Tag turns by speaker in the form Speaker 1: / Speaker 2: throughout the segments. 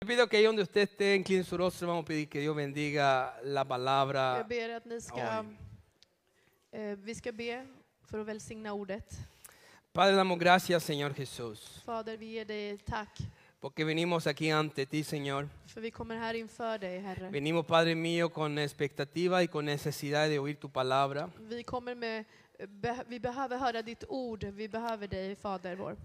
Speaker 1: Yo pido que ahí donde usted esté, incline su rostro, vamos a pedir que Dios bendiga la
Speaker 2: Jag
Speaker 1: palabra.
Speaker 2: ber att ni ska, eh, vi ska be för att välsigna ordet.
Speaker 1: Padre, damos gracias, Señor Jesús,
Speaker 2: Fader, vi ger dig tack,
Speaker 1: porque venimos aquí ante ti, Señor.
Speaker 2: för vi kommer här inför dig, Herre.
Speaker 1: Venimos, Padre mío, con expectativa y con necesidad de oír tu palabra.
Speaker 2: Vi, kommer med, be, vi behöver höra ditt ord, vi behöver dig, Fader vår.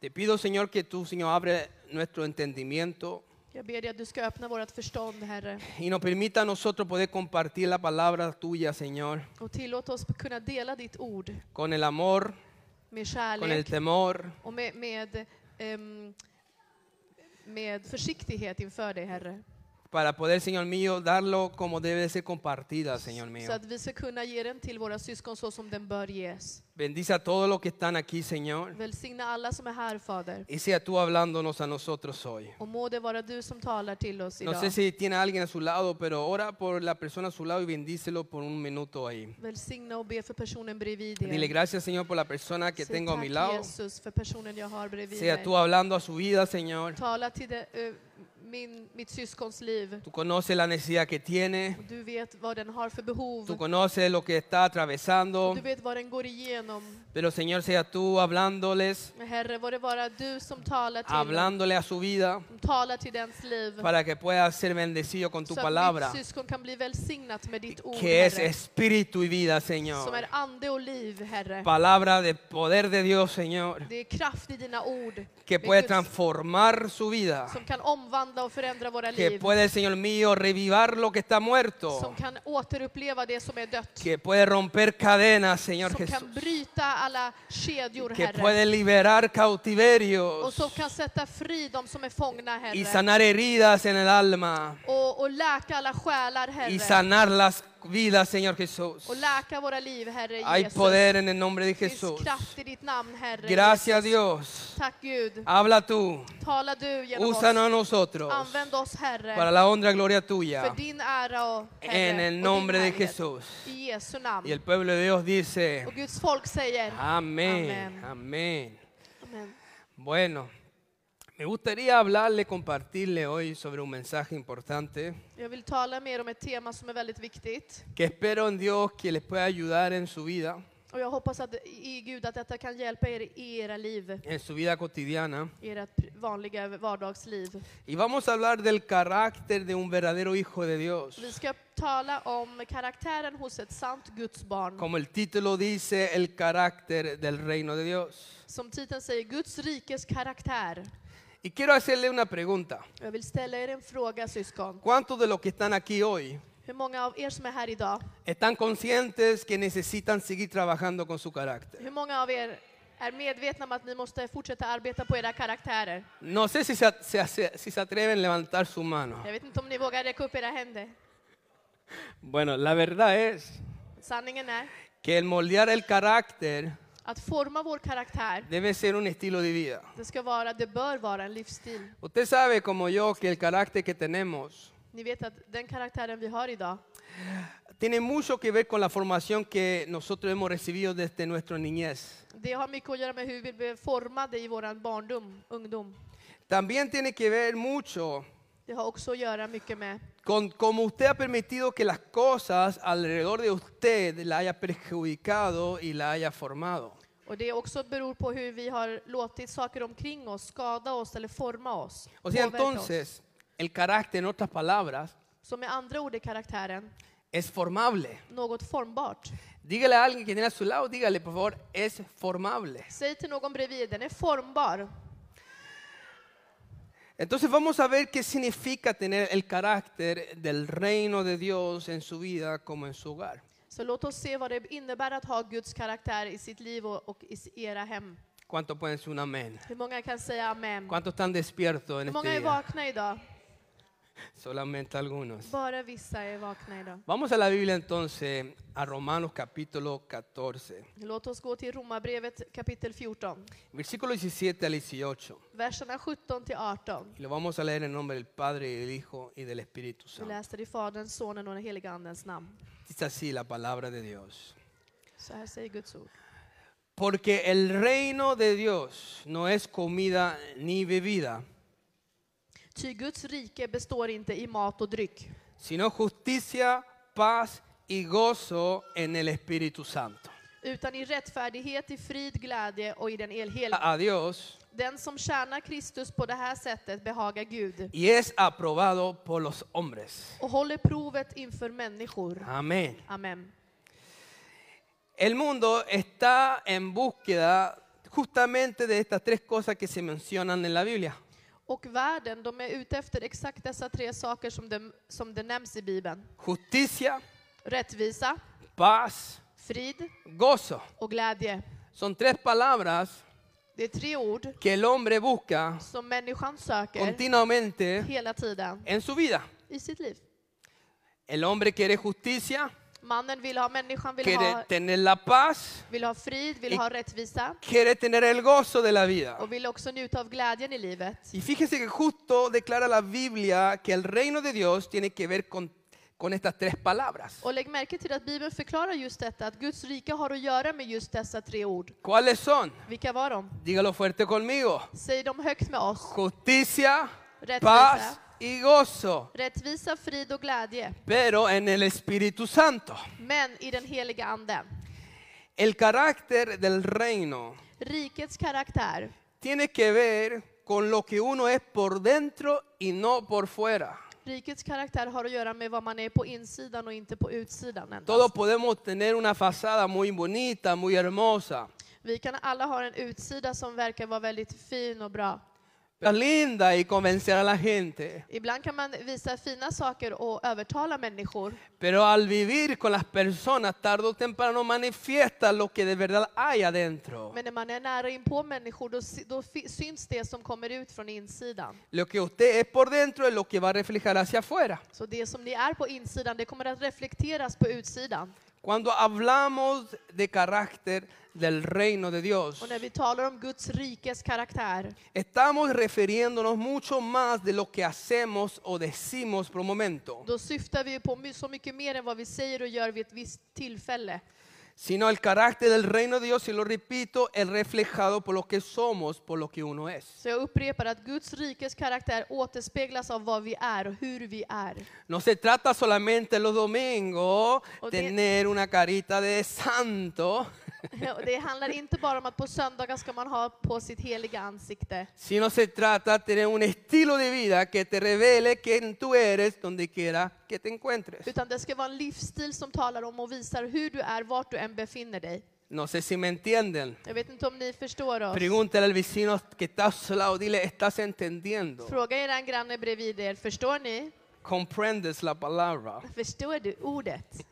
Speaker 1: Te pido, Señor, que tú, Señor, abre nuestro entendimiento
Speaker 2: Jag ber dig att du ska öppna vårt förstånd, Herre,
Speaker 1: y nos permita a nosotros poder compartir la palabra tuya, Señor,
Speaker 2: och tillåt oss kunna dela ditt ord
Speaker 1: con el amor,
Speaker 2: med
Speaker 1: con el
Speaker 2: kärlek
Speaker 1: temor,
Speaker 2: och med, med, ehm, med försiktighet inför dig, Herre.
Speaker 1: para poder, Señor mío, darlo como debe de ser compartida, Señor mío.
Speaker 2: Så att vi ska kunna ge den till våra syskon så som den bör ges.
Speaker 1: Bendice a todos los que están aquí, Señor.
Speaker 2: Välsigna alla som är här, Fader.
Speaker 1: Y sea tú hablándonos a nosotros hoy.
Speaker 2: Och må det vara du som talar till oss
Speaker 1: No
Speaker 2: idag.
Speaker 1: sé si tiene alguien a su lado, pero ora por la persona a su lado y bendícelo por un minuto ahí.
Speaker 2: Välsigna och be för personen bredvid
Speaker 1: Dile
Speaker 2: er.
Speaker 1: gracias, Señor, por la persona que
Speaker 2: Säg
Speaker 1: tengo a mi
Speaker 2: tack
Speaker 1: lado.
Speaker 2: Jesus för personen jag har bredvid
Speaker 1: Sea
Speaker 2: mig.
Speaker 1: tú hablando a su vida, Señor.
Speaker 2: Tala till det, eh, min, mitt syskons liv.
Speaker 1: Tú conoces la necesidad que
Speaker 2: Och
Speaker 1: tiene.
Speaker 2: Du vet vad den har för behov.
Speaker 1: Tú conoces lo que está atravesando.
Speaker 2: Och Du vet vad den går igenom.
Speaker 1: Pero, Señor, sea tú hablándoles,
Speaker 2: Men Herre, må det vara du som talar till dem.
Speaker 1: hablándole a su vida,
Speaker 2: Som talar till dens liv.
Speaker 1: para que pueda ser bendecido con tu
Speaker 2: Så att
Speaker 1: palabra,
Speaker 2: mitt syskon kan bli välsignat med ditt ord,
Speaker 1: que es
Speaker 2: Herre.
Speaker 1: espíritu y vida,
Speaker 2: Som
Speaker 1: Señor.
Speaker 2: är ande och liv, Herre.
Speaker 1: Palabra de poder de Dios, Señor.
Speaker 2: Det är kraft i dina ord.
Speaker 1: que
Speaker 2: Med
Speaker 1: puede
Speaker 2: Guds-
Speaker 1: transformar su vida,
Speaker 2: som kan omvandla och förändra våra
Speaker 1: que
Speaker 2: liv.
Speaker 1: puede, Señor mío, revivar lo que está muerto,
Speaker 2: Som kan återuppleva det som är dött.
Speaker 1: que puede romper cadenas, Señor
Speaker 2: Som
Speaker 1: Jesús,
Speaker 2: kan bryta alla kedjor,
Speaker 1: que
Speaker 2: Herre.
Speaker 1: puede liberar
Speaker 2: Och
Speaker 1: cautiverios
Speaker 2: som kan sätta fri de som är fångna,
Speaker 1: y
Speaker 2: Herre.
Speaker 1: sanar heridas en el alma
Speaker 2: Och, och läka alla själar,
Speaker 1: y
Speaker 2: Herre.
Speaker 1: sanar las vidas, Señor Jesús.
Speaker 2: Och läka våra liv, Herre
Speaker 1: Hay
Speaker 2: Jesus.
Speaker 1: poder en el nombre de
Speaker 2: Det
Speaker 1: Jesús.
Speaker 2: finns kraft i ditt namn, Herre.
Speaker 1: Gracias a
Speaker 2: Jesus.
Speaker 1: Dios.
Speaker 2: Tack Gud.
Speaker 1: Habla tú,
Speaker 2: Tala du genom oss.
Speaker 1: úsanos a nosotros
Speaker 2: Använd oss,
Speaker 1: para
Speaker 2: Herre.
Speaker 1: la honra y gloria
Speaker 2: För
Speaker 1: tuya.
Speaker 2: din ära och Herre,
Speaker 1: En el
Speaker 2: och
Speaker 1: nombre
Speaker 2: din
Speaker 1: de
Speaker 2: härlighet.
Speaker 1: Jesús.
Speaker 2: I Jesu namn.
Speaker 1: Y el Ah. pueblo de Dios dice,
Speaker 2: Och Guds folk säger
Speaker 1: Amén,
Speaker 2: Amen.
Speaker 1: amén.
Speaker 2: Amen.
Speaker 1: Bueno, me gustaría hablarle, compartirle hoy sobre un mensaje importante
Speaker 2: Jag vill tala mer om ett tema som är väldigt viktigt.
Speaker 1: que espero en Dios que les pueda ayudar en su vida,
Speaker 2: Och jag hoppas att, i Gud att detta kan hjälpa er i era liv,
Speaker 1: en su vida cotidiana.
Speaker 2: i ert pri- vanliga vardagsliv.
Speaker 1: Y vamos a hablar del carácter de un verdadero hijo de Dios.
Speaker 2: Vi ska tala om karaktären hos ett sant Guds barn.
Speaker 1: Como el título dice, el carácter del reino de Dios.
Speaker 2: Som titeln säger, Guds rikes karaktär.
Speaker 1: Y quiero hacerle una pregunta.
Speaker 2: Jag vill ställa er en fråga syskon.
Speaker 1: ¿Cuántos de los que están aquí hoy
Speaker 2: Hur många av er som är här idag,
Speaker 1: están conscientes que necesitan seguir trabajando con su carácter?
Speaker 2: hur många av er är medvetna om att ni måste fortsätta arbeta på era karaktärer?
Speaker 1: No sé si se, a- se hace- si se atreven a levantar su mano.
Speaker 2: Jag vet inte om ni vågar räcka upp era händer.
Speaker 1: Bueno, la verdad es
Speaker 2: Sanningen är
Speaker 1: que el moldear el carácter
Speaker 2: att forma vår karaktär
Speaker 1: debe ser un estilo de vida.
Speaker 2: Det ska vara, det bör vara en livsstil.
Speaker 1: Usted sabe, como yo, que el carácter que tenemos
Speaker 2: Ni vet att den karaktären vi har idag,
Speaker 1: tiene mucho que ver con la formación que nosotros hemos recibido desde nuestra niñez.
Speaker 2: det har mycket att göra med hur vi blev formade i vår barndom, ungdom.
Speaker 1: También tiene que ver mucho
Speaker 2: Det har också att göra mycket med
Speaker 1: con cómo usted ha permitido que las cosas alrededor de usted la haya perjudicado y la haya formado.
Speaker 2: och det också beror på hur vi har låtit saker omkring oss skada oss eller forma oss.
Speaker 1: O sea,
Speaker 2: påverka
Speaker 1: entonces, el carácter, en otras palabras,
Speaker 2: oss. Så med andra ord är karaktären
Speaker 1: es formable.
Speaker 2: något formbart.
Speaker 1: Dígale a alguien que tiene a su lado, dígale, por favor, es formable.
Speaker 2: Säg till någon bredvid, den är formbar.
Speaker 1: Entonces vamos a ver qué significa tener el carácter del reino de Dios en su vida como en su hogar.
Speaker 2: Så låt oss se vad det innebär att ha Guds karaktär i sitt liv och, och i era hem.
Speaker 1: ¿Cuántos pueden decir un amén?
Speaker 2: Hur många kan säga amen?
Speaker 1: ¿Cuántos están despiertos en
Speaker 2: Hur
Speaker 1: este
Speaker 2: många är
Speaker 1: día?
Speaker 2: vakna idag?
Speaker 1: Solamente algunos.
Speaker 2: Bara vissa är vakna idag.
Speaker 1: Vamos a la Biblia entonces, a Romanos capítulo 14,
Speaker 2: Låt oss gå till Romarbrevet kapitel 14,
Speaker 1: versículo 17 al 18.
Speaker 2: verserna 17 till 18.
Speaker 1: Y lo vamos a leer en nombre del Padre, y del Hijo y del Espíritu
Speaker 2: Vi
Speaker 1: Santo.
Speaker 2: läser i Faderns, Sonen och den heliga Andens namn.
Speaker 1: Dice así la palabra de Dios.
Speaker 2: Så här säger Guds ord.
Speaker 1: Porque el reino de Dios no es comida ni bebida,
Speaker 2: Ty Guds rike består inte i mat och dryck,
Speaker 1: sino justicia, paz y gozo en el Espíritu Santo.
Speaker 2: utan i rättfärdighet, i frid, glädje och i den el- hel.
Speaker 1: A Dios
Speaker 2: Den som tjänar Kristus på det här sättet behagar Gud
Speaker 1: y es aprobado por los hombres.
Speaker 2: och håller provet inför människor.
Speaker 1: Amén.
Speaker 2: Amen.
Speaker 1: El mundo está en búsqueda justamente de estas tres cosas que se mencionan en la Biblia.
Speaker 2: Och världen, de är ute efter exakt dessa tre saker som det, som det nämns i Bibeln.
Speaker 1: Justicia,
Speaker 2: Rättvisa,
Speaker 1: paz,
Speaker 2: frid
Speaker 1: gozo.
Speaker 2: och glädje.
Speaker 1: Son tres palabras
Speaker 2: Det är tre ord
Speaker 1: que el hombre busca
Speaker 2: som människan söker
Speaker 1: continuamente
Speaker 2: hela tiden
Speaker 1: en su vida.
Speaker 2: i sitt liv.
Speaker 1: El hombre quiere justicia,
Speaker 2: Mannen vill ha, människan vill
Speaker 1: quiere
Speaker 2: ha,
Speaker 1: tener la paz,
Speaker 2: vill ha frid, vill
Speaker 1: I-
Speaker 2: ha rättvisa
Speaker 1: quiere tener el gozo de la vida.
Speaker 2: och vill också njuta av glädjen i livet.
Speaker 1: Y fíjese que justo declara la Biblia que el reino de Dios tiene que ver con, con estas tres palabras.
Speaker 2: Och lägg märke till att Bibeln förklarar just detta, att Guds rike har att göra med just dessa tre ord.
Speaker 1: ¿Cuáles son?
Speaker 2: Vilka var de?
Speaker 1: Dígalo fuerte conmigo.
Speaker 2: Säg dem högt med oss.
Speaker 1: Justicia,
Speaker 2: Retrisa.
Speaker 1: paz y gozo,
Speaker 2: Rättvisa, frid och glädje,
Speaker 1: pero en el Espíritu Santo.
Speaker 2: men i den heliga Anden.
Speaker 1: El carácter del reino
Speaker 2: Rikets karaktär
Speaker 1: tiene que ver con lo que uno es por dentro y no por fuera.
Speaker 2: Rikets karaktär har att göra med vad man är på insidan och inte på utsidan. endast.
Speaker 1: Todos podemos tener una fachada muy bonita, muy hermosa,
Speaker 2: Vi kan alla ha en utsida som verkar vara väldigt fin och bra.
Speaker 1: linda y convencer a la gente.
Speaker 2: Ibland kan man visa fina saker och övertala människor.
Speaker 1: Pero al vivir con las personas, tarde o temprano manifiesta lo que de verdad hay adentro.
Speaker 2: Men när man är nära in på människor då, sy- då fi- syns det som kommer ut från insidan.
Speaker 1: Lo que usted es por dentro es lo que va a reflejar hacia afuera.
Speaker 2: Så det som ni är på insidan det kommer att reflekteras på utsidan.
Speaker 1: Cuando hablamos de carácter del reino de Dios,
Speaker 2: Och när vi talar om Guds rikes karaktär
Speaker 1: estamos refiriéndonos mucho más de lo que hacemos o decimos por un momento,
Speaker 2: då syftar vi ju på my- så mycket mer än vad vi säger och gör vid ett visst tillfälle.
Speaker 1: sino el carácter del reino de Dios, y lo repito, es reflejado por lo que somos, por lo que uno es.
Speaker 2: Så jag upprepar att Guds rikes karaktär återspeglas av vad vi är och hur vi är.
Speaker 1: No se trata solamente los domingos
Speaker 2: O de-
Speaker 1: tener una carita de santo.
Speaker 2: Och Det handlar inte bara om att på söndagar ska man ha på sitt heliga ansikte.
Speaker 1: Sino se trata de tener un estilo de vida que te revele quién tú eres donde quiera que te encuentres.
Speaker 2: Utan det ska vara en livsstil som talar om och visar hur du är, vart du än befinner dig.
Speaker 1: No sé si me entienden.
Speaker 2: Jag vet inte om ni förstår oss.
Speaker 1: Pregúntale al vecino que está a su lado, dile, ¿estás entendiendo?
Speaker 2: Fråga er granne bredvid er, förstår ni?
Speaker 1: ¿Comprendes la palabra?
Speaker 2: Förstår du ordet?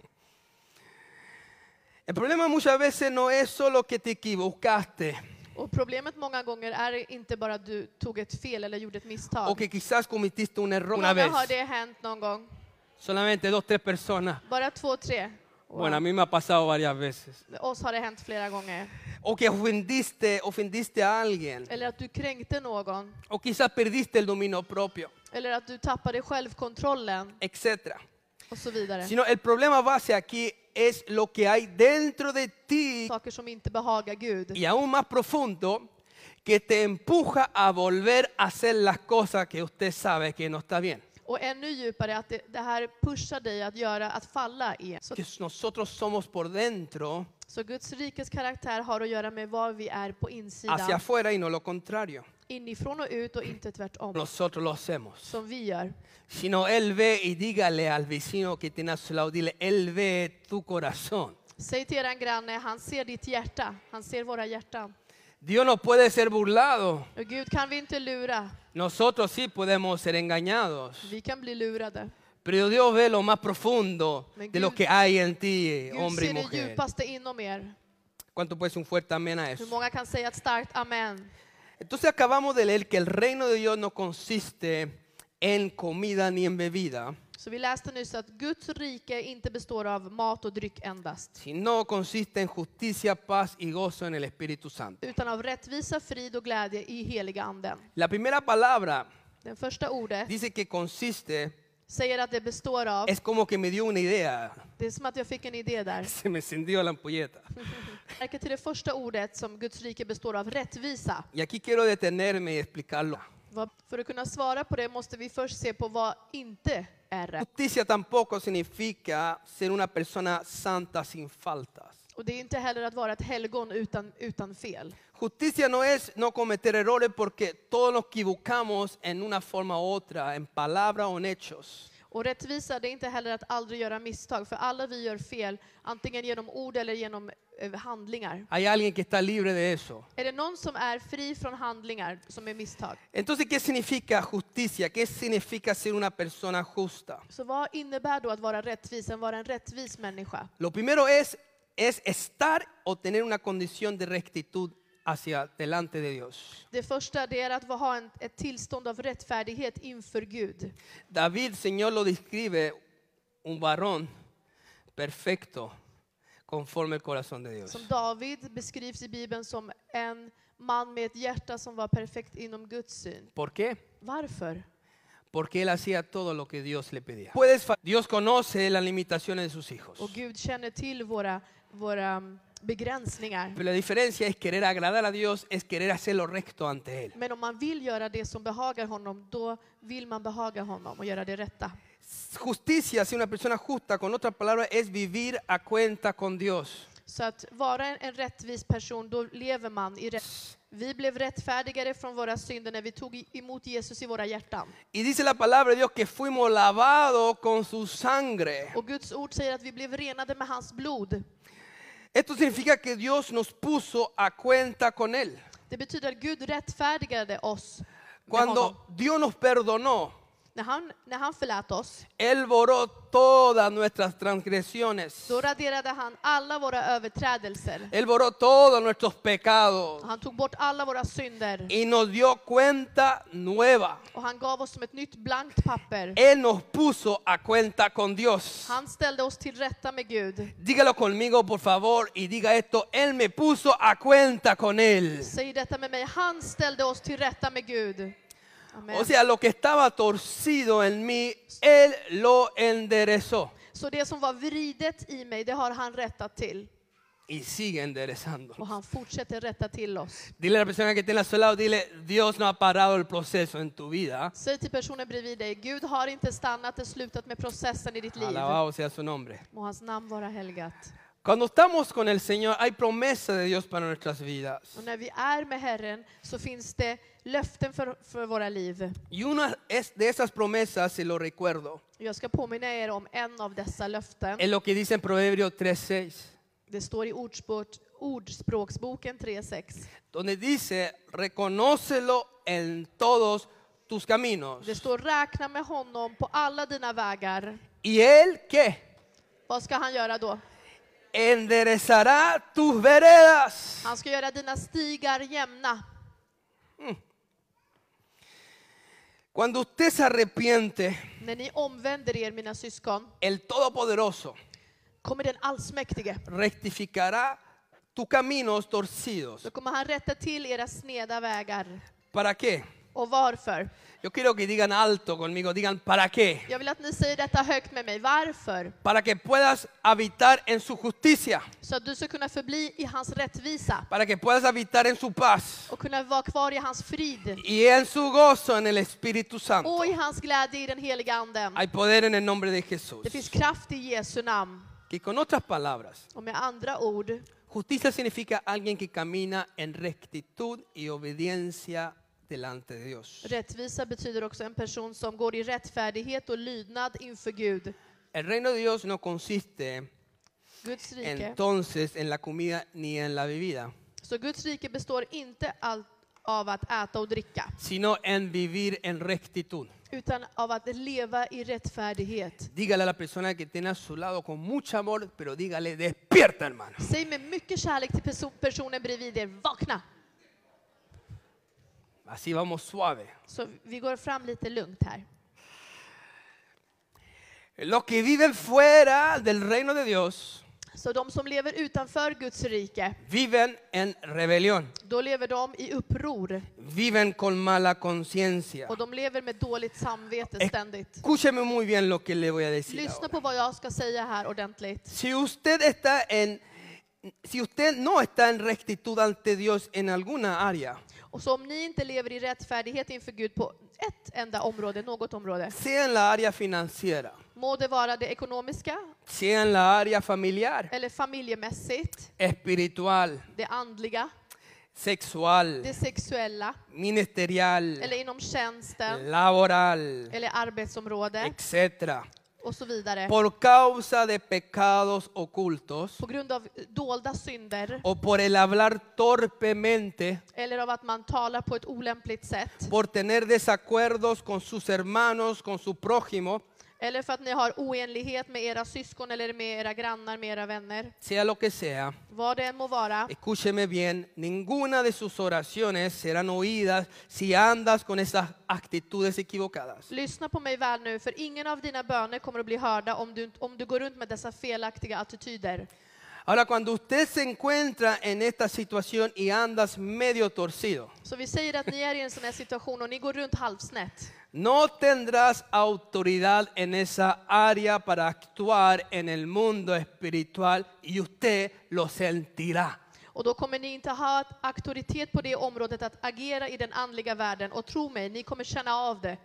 Speaker 1: El problema muchas veces no es solo que te equivocaste
Speaker 2: Och problemet många gånger är inte bara att du tog ett fel eller gjorde ett
Speaker 1: o
Speaker 2: misstag.
Speaker 1: que quizás cometiste un error una
Speaker 2: Många
Speaker 1: vez.
Speaker 2: har det hänt någon gång.
Speaker 1: Solamente dos, tres personas.
Speaker 2: Bara två, tre.
Speaker 1: Bueno, a mí me ha pasado varias veces.
Speaker 2: Oss har det hänt flera gånger.
Speaker 1: O que ofendiste, ofendiste a alguien.
Speaker 2: Eller att du kränkte någon.
Speaker 1: O quizás perdiste el dominio propio,
Speaker 2: Eller att du tappade självkontrollen
Speaker 1: etcétera.
Speaker 2: och så vidare.
Speaker 1: Sino el problema base aquí es lo que hay dentro de ti
Speaker 2: Saker som inte behagar Gud.
Speaker 1: y aún más profundo que te empuja a volver a hacer las cosas que usted sabe que no está bien.
Speaker 2: Och ännu djupare att det, det här pushar dig att göra, att falla i. Så,
Speaker 1: Que nosotros somos por dentro
Speaker 2: så Guds rikes karaktär har att göra med vad vi är på
Speaker 1: hacia
Speaker 2: insidan.
Speaker 1: afuera y no lo contrario.
Speaker 2: Inifrån och ut och inte tvärtom.
Speaker 1: Nosotros lo hacemos.
Speaker 2: Som vi gör.
Speaker 1: Sino él ve y dígale al vecino que tiene a su lado, dile, él ve tu corazón.
Speaker 2: Säg till eran granne, han ser ditt hjärta. Han ser våra hjärtan.
Speaker 1: Dios no puede ser burlado.
Speaker 2: Och Gud kan vi inte lura.
Speaker 1: Nosotros sí podemos ser engañados.
Speaker 2: Vi kan bli lurade.
Speaker 1: Pero Dios ve lo más profundo
Speaker 2: Men
Speaker 1: de lo
Speaker 2: Gud-
Speaker 1: que hay en ti,
Speaker 2: Gud
Speaker 1: hombre y
Speaker 2: ser det
Speaker 1: mujer.
Speaker 2: djupaste inom er.
Speaker 1: ¿Cuánto puede ser un fuerte amén a
Speaker 2: Hur
Speaker 1: eso?
Speaker 2: många kan säga ett starkt amen?
Speaker 1: Entonces acabamos de leer que el reino de Dios no consiste en comida ni en bebida,
Speaker 2: Så vi läste nyss att Guds rike inte består av mat och dryck endast,
Speaker 1: sino consiste en justicia, paz y gozo en el Espíritu Santo.
Speaker 2: utan av rättvisa, frid och glädje i heliga anden.
Speaker 1: La primera palabra
Speaker 2: Den första ordet
Speaker 1: dice que consiste,
Speaker 2: säger att det består av,
Speaker 1: es como que me dio una idea,
Speaker 2: det är som att jag fick en idé där.
Speaker 1: se me encendió la ampolleta.
Speaker 2: Märka till det första ordet som Guds rike består av, rättvisa.
Speaker 1: Y aquí quiero detenerme y explicarlo.
Speaker 2: Vad- För att kunna svara på det måste vi först se på vad inte är rätt.
Speaker 1: Justicia tampoco significa ser una persona santa sin faltas.
Speaker 2: Och det är inte heller att vara ett helgon utan, utan fel.
Speaker 1: Justicia no es no cometer errores porque todos nos equivocamos en una forma u otra, en palabra o en hechos.
Speaker 2: Och rättvisa, det är inte heller att aldrig göra misstag, för alla vi gör fel, antingen genom ord eller genom eh, handlingar.
Speaker 1: Hay alguien que está libre de eso.
Speaker 2: Är det någon som är fri från handlingar som är misstag?
Speaker 1: Entonces, ¿qué significa justicia? ¿Qué significa ser una persona justa?
Speaker 2: Så vad innebär då att vara rättvis, att vara en rättvis människa?
Speaker 1: Lo primero es, es estar o tener una condición de rectitud hacia delante de Dios.
Speaker 2: Det första det är att ha en, ett tillstånd av rättfärdighet inför Gud.
Speaker 1: David, Señor, lo describe un varón perfecto conforme al corazón de Dios.
Speaker 2: Som David beskrivs i Bibeln som en man med ett hjärta som var perfekt inom Guds syn.
Speaker 1: ¿Por qué?
Speaker 2: Varför?
Speaker 1: Porque él hacía todo lo que Dios le pedía. Puedes fa- Dios conoce las limitaciones de sus hijos.
Speaker 2: Och Gud känner till våra, våra mm, begränsningar.
Speaker 1: Pero la diferencia es querer agradar a Dios, es querer hacer lo recto ante Él.
Speaker 2: Men om man vill göra det som behagar honom, då vill man behaga honom och göra det rätta.
Speaker 1: Justicia, si una persona justa, con otra palabra, es vivir a cuenta con Dios.
Speaker 2: Så att vara en, en rättvis person, då lever man i rätt... Vi blev rättfärdigare från våra synder när vi tog i- emot Jesus i våra hjärtan.
Speaker 1: Y dice la palabra de Dios que fuimos lavados con su sangre.
Speaker 2: Och Guds ord säger att vi blev renade med hans blod.
Speaker 1: Esto significa que Dios nos puso a cuenta con Él.
Speaker 2: Det betyder att Gud rättfärdigade oss med honom.
Speaker 1: Cuando Dios nos perdonó,
Speaker 2: När han, när han förlät oss,
Speaker 1: Él borró todas nuestras transgresiones.
Speaker 2: då raderade han alla våra överträdelser.
Speaker 1: Él borró todos nuestros pecados.
Speaker 2: Han tog bort alla våra synder
Speaker 1: y nos dio cuenta nueva.
Speaker 2: och han gav oss som ett nytt blankt papper.
Speaker 1: Él nos puso a cuenta con Dios.
Speaker 2: Han ställde oss till rätta med Gud.
Speaker 1: Dígalo conmigo, por favor, y diga esto. Él me puso a cuenta con Él.
Speaker 2: Säg detta med mig. Han ställde oss till rätta med Gud. Amen.
Speaker 1: O sea, lo que estaba torcido en mí, Él lo enderezó
Speaker 2: Så det som var vridet i mig, det har han rättat till.
Speaker 1: y sigue enderezando.
Speaker 2: Och han fortsätter rätta till oss.
Speaker 1: Dile a la persona que tiene a su lado, dile, Dios no ha parado el proceso en tu vida.
Speaker 2: Säg till personen bredvid dig, Gud har inte stannat och slutat med processen i ditt liv.
Speaker 1: Alabado sea su nombre.
Speaker 2: Må hans namn vara helgat.
Speaker 1: Cuando estamos con el Señor, hay promesa de Dios para nuestras vidas.
Speaker 2: Och när vi är med Herren så finns det löften för, för våra liv.
Speaker 1: Y una es de esas promesas, se lo recuerdo,
Speaker 2: Jag ska påminna er om en av dessa löften.
Speaker 1: es lo que dice en Proverbio 3.6,
Speaker 2: Det står i ordspråk, Ordspråksboken 3.6.
Speaker 1: donde dice, reconócelo en todos tus caminos.
Speaker 2: Det står räkna med honom på alla dina vägar.
Speaker 1: ¿Y él qué?
Speaker 2: Vad ska han göra då?
Speaker 1: Enderezará tus veredas.
Speaker 2: Han ska göra dina stigar jämna.
Speaker 1: Cuando usted se arrepiente,
Speaker 2: När ni omvänder er, mina syskon,
Speaker 1: el Todopoderoso
Speaker 2: kommer den allsmäktige.
Speaker 1: rectificará tus caminos
Speaker 2: Då
Speaker 1: torcidos.
Speaker 2: kommer han rätta till era sneda vägar.
Speaker 1: ¿Para qué?
Speaker 2: Och varför?
Speaker 1: Yo quiero que digan alto conmigo, digan, ¿para qué?
Speaker 2: Jag vill att ni säger detta högt med mig. Varför?
Speaker 1: Para que puedas habitar en su justicia.
Speaker 2: Så att du ska kunna förbli i hans rättvisa
Speaker 1: para que puedas habitar en su paz
Speaker 2: och kunna vara kvar i hans frid
Speaker 1: y en su gozo en el Espíritu Santo.
Speaker 2: och i hans glädje i den heliga anden.
Speaker 1: Hay poder en el nombre de Jesús.
Speaker 2: Det finns kraft i Jesu namn.
Speaker 1: Que con otras palabras,
Speaker 2: Och med andra ord,
Speaker 1: justicia significa alguien que camina en rectitud y obediencia delante de Dios.
Speaker 2: rättvisa betyder också en person som går i rättfärdighet och lydnad inför Gud.
Speaker 1: El reino de Dios no consiste
Speaker 2: Guds rike.
Speaker 1: entonces en la comida ni en la bebida,
Speaker 2: Så Guds rike består inte allt av att äta och dricka,
Speaker 1: sino en vivir en rectitud.
Speaker 2: utan av att leva i rättfärdighet.
Speaker 1: Dígale a la persona que tiene a su lado con mucho amor, pero dígale, despierta hermano.
Speaker 2: Säg med mycket kärlek till perso- personen bredvid er, vakna!
Speaker 1: Así vamos suave.
Speaker 2: Så vi går fram lite lugnt här.
Speaker 1: Los que viven fuera del reino de Dios
Speaker 2: Så de som lever utanför Guds rike,
Speaker 1: viven en rebelión,
Speaker 2: då lever de i uppror
Speaker 1: viven con mala conciencia.
Speaker 2: och de lever med dåligt samvete ständigt.
Speaker 1: Escúcheme muy bien lo que le voy a decir.
Speaker 2: Lyssna
Speaker 1: ahora.
Speaker 2: på vad jag ska säga här ordentligt.
Speaker 1: Si usted está en, si usted no está en rectitud ante Dios en alguna área,
Speaker 2: Och så om ni inte lever i rättfärdighet inför Gud på ett enda område, något område,
Speaker 1: sea en la área financiera,
Speaker 2: må det vara det ekonomiska
Speaker 1: sea en la área familiar,
Speaker 2: eller familjemässigt,
Speaker 1: espiritual,
Speaker 2: det andliga,
Speaker 1: sexual,
Speaker 2: det sexuella, eller
Speaker 1: ministerial,
Speaker 2: inom tjänsten,
Speaker 1: laboral,
Speaker 2: eller arbetsområde
Speaker 1: etc.
Speaker 2: och så vidare.
Speaker 1: Por causa de pecados ocultos
Speaker 2: På grund av dolda synder
Speaker 1: o por el hablar torpemente,
Speaker 2: eller av att man talar på ett olämpligt sätt
Speaker 1: por tener desacuerdos con sus hermanos, con su prójimo,
Speaker 2: eller för att ni har oenlighet med era syskon eller med era grannar, med era vänner.
Speaker 1: sea lo que sea,
Speaker 2: Vad det än må vara,
Speaker 1: Escúcheme bien, ninguna de sus oraciones serán oídas si andas con esas actitudes equivocadas.
Speaker 2: lyssna på mig väl nu, för ingen av dina böner kommer att bli hörda om du, om du går runt med dessa felaktiga attityder.
Speaker 1: Ahora, cuando usted se encuentra en esta situación y andas medio torcido,
Speaker 2: Så vi säger att ni är i en sån här situation och ni går runt halvsnett.
Speaker 1: no tendrás autoridad en esa área para actuar en el mundo espiritual y usted lo sentirá.
Speaker 2: Och då kommer ni inte ha ett auktoritet på det området att agera i den andliga världen. Och tro mig, ni kommer känna av det.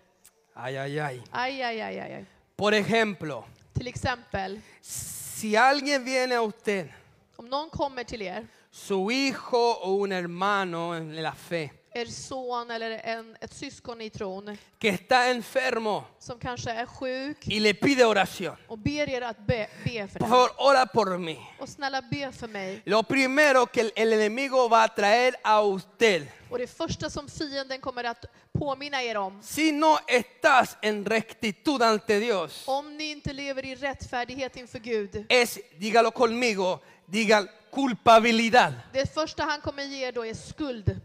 Speaker 1: Ay, ay, ay.
Speaker 2: Aj, aj, aj, aj, aj.
Speaker 1: Por ejemplo,
Speaker 2: Till exempel,
Speaker 1: si alguien viene a usted,
Speaker 2: om någon kommer till er,
Speaker 1: su hijo o un hermano en la fe,
Speaker 2: er son eller en, ett syskon i tron,
Speaker 1: que está enfermo
Speaker 2: som kanske är sjuk
Speaker 1: y le pide oración.
Speaker 2: och ber er att be, be för
Speaker 1: Por
Speaker 2: den.
Speaker 1: favor, ora por mí.
Speaker 2: Och snälla be för mig.
Speaker 1: Lo primero que el, el enemigo va a traer a usted,
Speaker 2: Och det första som fienden kommer att påminna er om,
Speaker 1: si no estás en rectitud ante Dios,
Speaker 2: om ni inte lever i rättfärdighet inför Gud,
Speaker 1: es, dígalo conmigo, digan culpabilidad.
Speaker 2: det första han kommer ge er då är skuld.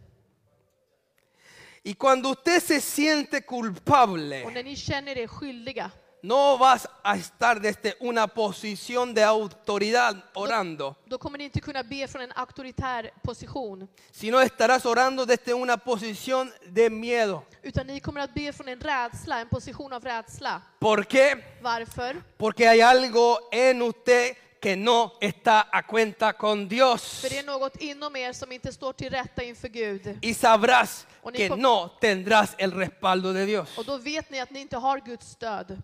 Speaker 1: Y cuando usted se siente
Speaker 2: Och
Speaker 1: culpable,
Speaker 2: när ni känner er skyldiga,
Speaker 1: no vas a estar desde una posición de autoridad orando,
Speaker 2: då kommer ni inte kunna be från en auktoritär position,
Speaker 1: sino estarás orando desde una posición de miedo.
Speaker 2: utan ni kommer att be från en rädsla, en position av rädsla.
Speaker 1: ¿Por qué?
Speaker 2: Varför?
Speaker 1: Porque hay algo en usted que no está a cuenta con Dios.
Speaker 2: För det är något inom er som inte står till rätta inför Gud.
Speaker 1: Y sabrás
Speaker 2: Oni
Speaker 1: que
Speaker 2: com-
Speaker 1: no tendrás el respaldo de Dios.
Speaker 2: Och då vet ni att ni inte har Guds stöd.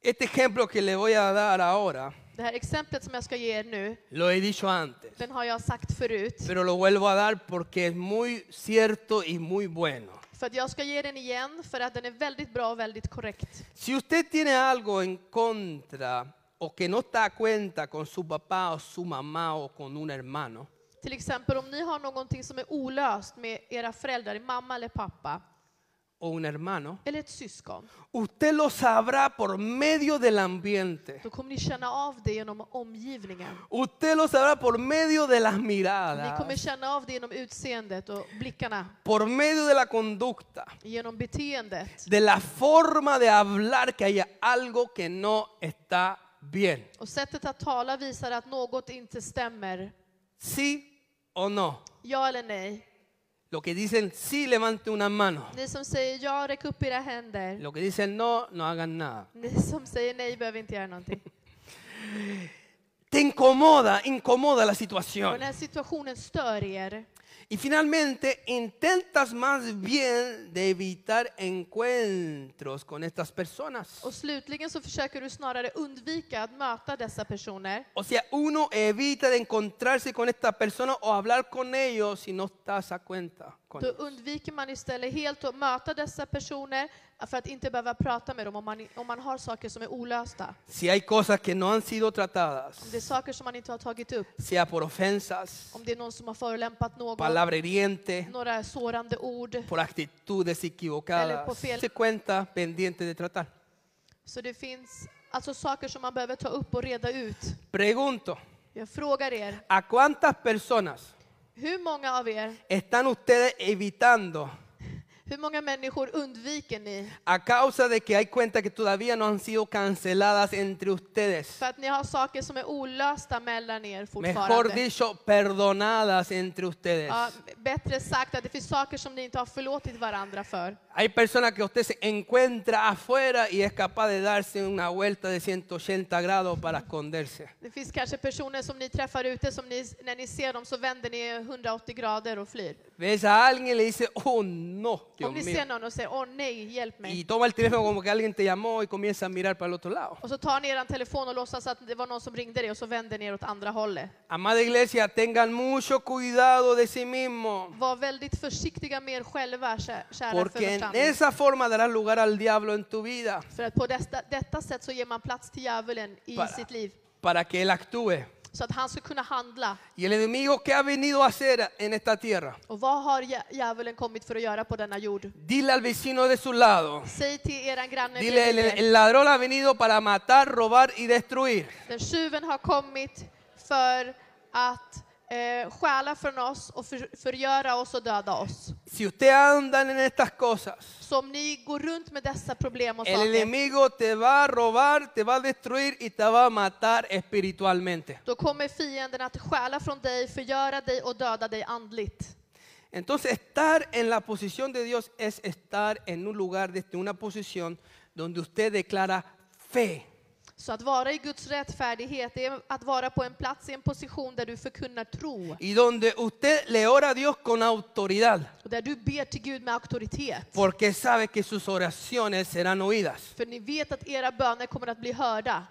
Speaker 1: Este ejemplo que le voy a dar ahora,
Speaker 2: Det här exemplet som jag ska ge er nu,
Speaker 1: lo he dicho antes,
Speaker 2: den har jag sagt förut.
Speaker 1: pero lo vuelvo a dar porque es muy cierto y muy bueno.
Speaker 2: För att jag ska ge den igen, för att den är väldigt bra och väldigt korrekt.
Speaker 1: Si usted tiene algo en contra o que no está a cuenta con su papá o su mamá o con un hermano,
Speaker 2: Till exempel om ni har någonting som är olöst med era föräldrar, mamma eller pappa,
Speaker 1: o un hermano,
Speaker 2: eller ett syskon.
Speaker 1: usted lo sabrá por medio del ambiente.
Speaker 2: Då kommer ni känna av det genom omgivningen.
Speaker 1: Usted lo sabrá por medio de las
Speaker 2: Ni kommer
Speaker 1: miradas,
Speaker 2: känna av det genom utseendet och blickarna,
Speaker 1: por medio de la conducta,
Speaker 2: genom beteendet
Speaker 1: de la forma de hablar que hay algo que no está bien.
Speaker 2: och sättet att tala visar att något inte stämmer.
Speaker 1: ¿Sí o no?
Speaker 2: Ja eller nej?
Speaker 1: Lo que dicen sí, levante una mano.
Speaker 2: Ni som säger ja, räck upp era händer.
Speaker 1: Lo que dicen no, no hagan nada.
Speaker 2: Ni som säger nej behöver inte göra någonting.
Speaker 1: Te incomoda, incomoda la
Speaker 2: Och
Speaker 1: situación.
Speaker 2: den här situationen stör er.
Speaker 1: Y finalmente intentas más bien de evitar encuentros con estas personas.
Speaker 2: Och slutligen så försöker du snarare undvika att möta dessa personer.
Speaker 1: O sea, uno evita de encontrarse con esta persona o hablar con ellos si no estás a cuenta con
Speaker 2: Då
Speaker 1: ellos.
Speaker 2: undviker man istället helt att möta dessa personer för att inte behöva prata med dem om man, om man har saker som är olösta.
Speaker 1: Si hay cosas que no han sido
Speaker 2: Om det är
Speaker 1: tratadas,
Speaker 2: saker som man inte har tagit upp,
Speaker 1: sea por ofensas,
Speaker 2: om det är någon som har förolämpat någon,
Speaker 1: palabra hiriente,
Speaker 2: några sårande ord.
Speaker 1: por actitudes
Speaker 2: Dale,
Speaker 1: equivocadas,
Speaker 2: por fiel.
Speaker 1: se cuenta pendiente de tratar.
Speaker 2: Så det finns alltså saker som man behöver ta upp och reda ut.
Speaker 1: Pregunto,
Speaker 2: Jag frågar er,
Speaker 1: ¿a cuántas personas
Speaker 2: hur många av er,
Speaker 1: están ustedes evitando
Speaker 2: hur många människor undviker ni?
Speaker 1: a causa de que hay cuentas que todavía no han sido canceladas entre ustedes?
Speaker 2: För att ni har saker som är olösta mellan er
Speaker 1: Mejor
Speaker 2: fortfarande.
Speaker 1: dicho, perdonadas entre ustedes.
Speaker 2: Ja, Bättre sagt att det finns saker som ni inte har förlåtit varandra för.
Speaker 1: Hay personas que usted se encuentra afuera y es capaz de darse una vuelta de 180 grados para esconderse.
Speaker 2: Det finns kanske personer som ni träffar ute som ni, när ni ser dem så vänder ni 180 grader och flyr.
Speaker 1: Ves a alguien y le dice, oh no, Dios
Speaker 2: Om ni ser
Speaker 1: mío.
Speaker 2: någon och säger åh nej, hjälp
Speaker 1: Y
Speaker 2: mig.
Speaker 1: toma el teléfono como que alguien te llamó y comienza a mirar para el otro lado.
Speaker 2: Och så tar ni er telefon och låtsas att det var någon som ringde dig och så vänder ni er åt andra hållet.
Speaker 1: Amada iglesia, tengan mucho cuidado de sí mismo.
Speaker 2: Var väldigt försiktiga med er själva, kä- kära
Speaker 1: Porque en
Speaker 2: församling.
Speaker 1: esa forma darás lugar al diablo en tu vida
Speaker 2: För att på detta, detta sätt så ger man plats till djävulen i
Speaker 1: Bara.
Speaker 2: sitt liv.
Speaker 1: para que él actúe.
Speaker 2: Så att han ska kunna handla.
Speaker 1: Y el enemigo que ha venido a hacer en esta tierra,
Speaker 2: Och vad har djä- djävulen kommit för att göra på denna jord?
Speaker 1: dile al vecino de su lado,
Speaker 2: Säg till eran granne
Speaker 1: dile, el,
Speaker 2: bredvid er.
Speaker 1: el ladrón ha venido para matar, robar y destruir.
Speaker 2: Den tjuven har kommit för att eh, stjäla från oss och för, förgöra oss och döda oss.
Speaker 1: Si usted andan en estas cosas,
Speaker 2: Så om ni går runt med dessa problem och
Speaker 1: el
Speaker 2: saker,
Speaker 1: enemigo te va a robar, te va a destruir y te va a matar espiritualmente.
Speaker 2: då kommer fienden att stjäla från dig, förgöra dig och döda dig andligt.
Speaker 1: Entonces, estar en la posición de Dios es estar en un lugar, desde una posición donde usted declara fe.
Speaker 2: Så att vara i Guds rättfärdighet det är att vara på en plats i en position där du förkunnar tro
Speaker 1: Y donde usted le ora a Dios con autoridad,
Speaker 2: och där du ber till Gud med auktoritet.
Speaker 1: porque sabe que sus oraciones serán oídas.
Speaker 2: För ni vet att era böner kommer att bli hörda.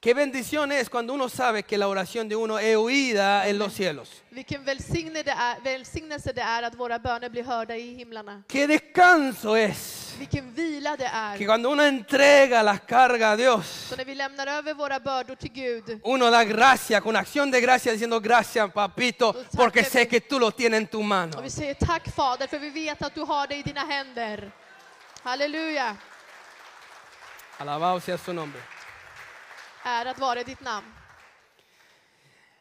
Speaker 1: Qué bendición es cuando uno sabe que la oración de uno es oída en los cielos.
Speaker 2: Vilken välsigne det är, välsignelse det är att våra böner blir hörda i himlarna.
Speaker 1: Qué descanso es
Speaker 2: Vilken vila det
Speaker 1: que
Speaker 2: är.
Speaker 1: cuando uno entrega las cargas a Dios,
Speaker 2: Så när vi lämnar över våra bördor till Gud,
Speaker 1: uno da gracia con acción de gracia diciendo gracias papito porque sé que tú lo tienes en tu mano.
Speaker 2: och vi säger tack Fader, för vi vet att du har det i dina händer. Halleluja!
Speaker 1: Alabado sea su nombre.
Speaker 2: Ära att vara i ditt namn.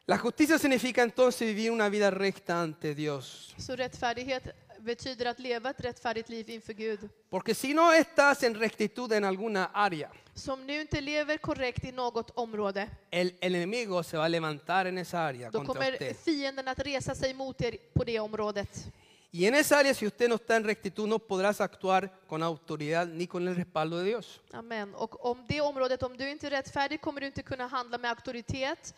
Speaker 1: La justicia significa entonces vivir una vida recta ante Dios.
Speaker 2: Så rättfärdighet betyder att leva ett rättfärdigt liv inför Gud.
Speaker 1: Porque si no estás en rectitud en alguna área,
Speaker 2: Som nu inte lever korrekt i något område,
Speaker 1: el, el enemigo se va a levantar en esa área
Speaker 2: då
Speaker 1: contra
Speaker 2: kommer
Speaker 1: usted.
Speaker 2: fienden att resa sig mot er på det området.
Speaker 1: Y en esa área, si usted no está en rectitud, no podrás actuar con autoridad ni con el respaldo de Dios.
Speaker 2: Amen. Och om det området, om du inte är rättfärdig, kommer du inte kunna handla med auktoritet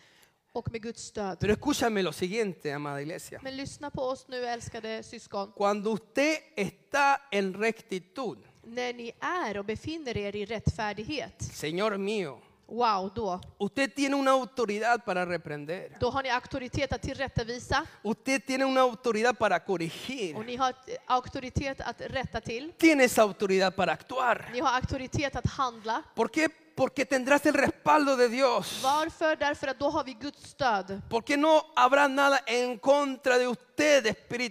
Speaker 2: och med Guds stöd.
Speaker 1: Pero escúchame lo siguiente, amada iglesia.
Speaker 2: Men lyssna på oss nu, älskade syskon.
Speaker 1: Cuando usted está en rectitud,
Speaker 2: När ni är och befinner er i rättfärdighet,
Speaker 1: Señor mío,
Speaker 2: wow, då,
Speaker 1: usted tiene una autoridad para reprender.
Speaker 2: då har ni auktoritet att tillrättavisa
Speaker 1: Usted tiene una autoridad para corregir.
Speaker 2: och ni har eh, auktoritet att rätta till.
Speaker 1: tienes autoridad para actuar.
Speaker 2: Ni har auktoritet att handla.
Speaker 1: ¿Por qué? Porque tendrás el respaldo de Dios.
Speaker 2: Varför? Därför att då har vi Guds stöd.
Speaker 1: Porque no habrá nada en contra de usted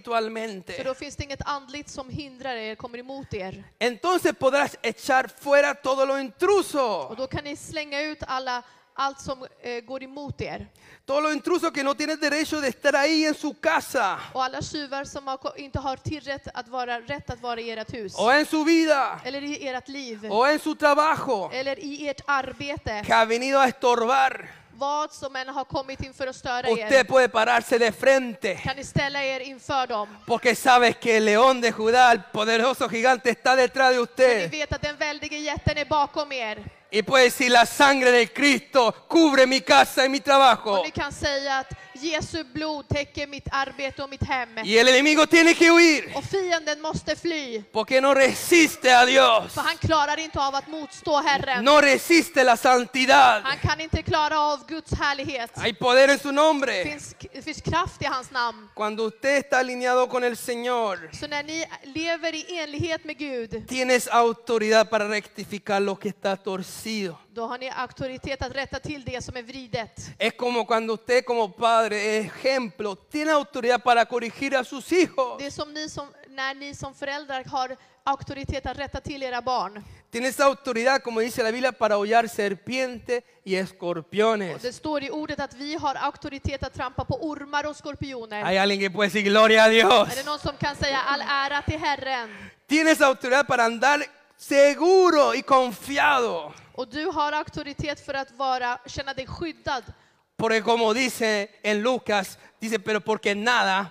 Speaker 2: För
Speaker 1: espiritualmente.
Speaker 2: då finns det inget andligt som hindrar er, kommer emot er.
Speaker 1: Entonces podrás echar fuera todo lo
Speaker 2: Och
Speaker 1: intruso.
Speaker 2: då kan ni slänga ut alla, allt som eh, går emot er.
Speaker 1: Todo lo intruso que no tiene derecho de estar ahí en su casa
Speaker 2: Och alla tjuvar som har, ko- inte har tillrätt att vara, rätt att vara i ert hus.
Speaker 1: o en su vida
Speaker 2: Eller i ert liv.
Speaker 1: o en su trabajo
Speaker 2: Eller i ert arbete.
Speaker 1: que ha venido a estorbar.
Speaker 2: Vad som än har kommit inför att störa
Speaker 1: Usted
Speaker 2: er.
Speaker 1: puede pararse de frente
Speaker 2: Kan ni ställa er inför dem?
Speaker 1: porque sabes que el león de Judá, el poderoso gigante, está detrás de
Speaker 2: För ni
Speaker 1: usted.
Speaker 2: vet att den väldige jätten är bakom er.
Speaker 1: Y puede decir, la sangre de Cristo cubre mi casa y mi trabajo.
Speaker 2: Och ni kan säga att Jesu blod täcker mitt arbete och mitt hem.
Speaker 1: Y el enemigo tiene que huir
Speaker 2: Och fienden måste fly.
Speaker 1: porque no resiste a Dios.
Speaker 2: För han klarar inte av att motstå Herren.
Speaker 1: No resiste la santidad.
Speaker 2: Han kan inte klara av Guds härlighet.
Speaker 1: Hay poder en su
Speaker 2: Det
Speaker 1: nombre.
Speaker 2: finns, det finns kraft i hans namn.
Speaker 1: Cuando usted está alineado con el Señor,
Speaker 2: Så när ni lever i enlighet med Gud,
Speaker 1: tienes autoridad para rectificar lo que está torcido.
Speaker 2: då har ni auktoritet att rätta till det som är vridet.
Speaker 1: Es como cuando usted como padre, ejemplo, tiene autoridad para corregir a sus hijos.
Speaker 2: Det är som, ni som när ni som föräldrar har auktoritet att rätta till era barn.
Speaker 1: Tienes autoridad, como dice la Biblia, para hollar serpientes y
Speaker 2: Och
Speaker 1: escorpiones.
Speaker 2: det står i ordet att vi har auktoritet att trampa på ormar och skorpioner.
Speaker 1: Hay alguien que puede decir gloria a Dios.
Speaker 2: Är det någon som kan säga all ära till Herren?
Speaker 1: Tienes autoridad para andar seguro y confiado.
Speaker 2: Och du har auktoritet för att vara, känna dig skyddad.
Speaker 1: Porque como dice en Lucas, dice, pero porque nada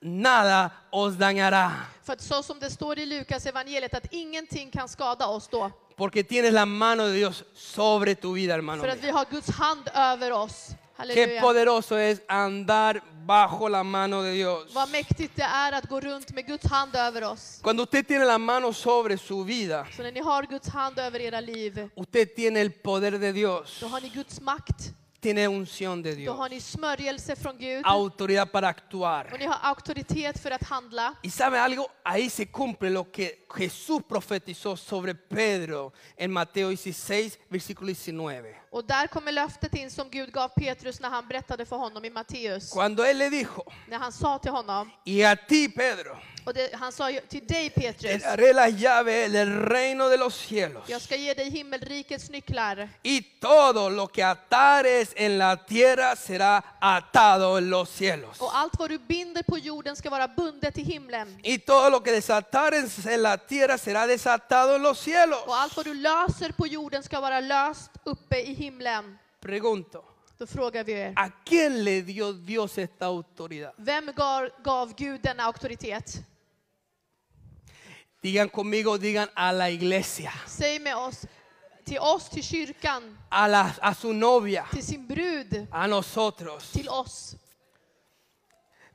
Speaker 1: nada os dañará.
Speaker 2: För att så som det står i Lukas evangeliet att ingenting kan skada oss då.
Speaker 1: Porque tienes la mano de Dios sobre tu vida, hermano.
Speaker 2: För att
Speaker 1: mío.
Speaker 2: vi har Guds hand över oss.
Speaker 1: Qué
Speaker 2: Halleluja.
Speaker 1: poderoso es andar bajo la mano de Dios.
Speaker 2: Vad mäktigt det är att gå runt med Guds hand över oss.
Speaker 1: Cuando usted tiene la mano sobre su vida,
Speaker 2: Så när ni har Guds hand över era liv,
Speaker 1: usted tiene el poder de Dios,
Speaker 2: då har ni Guds makt,
Speaker 1: tiene unción de
Speaker 2: då
Speaker 1: Dios,
Speaker 2: har ni smörjelse från Gud
Speaker 1: autoridad para
Speaker 2: och
Speaker 1: actuar.
Speaker 2: ni har auktoritet för att handla.
Speaker 1: Y sabe algo, ahí se cumple lo que Jesús profetizó sobre Pedro en Mateo 16, versículo 19.
Speaker 2: Och där kommer löftet in som Gud gav Petrus när han berättade för honom i Matteus.
Speaker 1: Cuando él le dijo,
Speaker 2: När han sa till honom,
Speaker 1: y a ti Pedro,
Speaker 2: och det, han sa ju till dig
Speaker 1: te
Speaker 2: Petrus,
Speaker 1: daré las llaves del reino de los cielos.
Speaker 2: jag ska ge dig himmelrikets nycklar.
Speaker 1: Y todo lo que atares en la tierra será atado en los cielos.
Speaker 2: Och allt vad du binder på jorden ska vara bundet i himlen.
Speaker 1: Y todo lo que desatares en la tierra será desatado en los cielos.
Speaker 2: Och allt vad du löser på jorden ska vara löst uppe i himlen.
Speaker 1: Pregunto,
Speaker 2: Då frågar vi er,
Speaker 1: ¿a quién le dio Dios esta autoridad?
Speaker 2: vem gav, gav Gud denna auktoritet?
Speaker 1: Digan conmigo, digan a la iglesia,
Speaker 2: Säg med oss, till oss, till kyrkan,
Speaker 1: a, la- a su novia,
Speaker 2: till sin brud,
Speaker 1: a nosotros.
Speaker 2: till oss.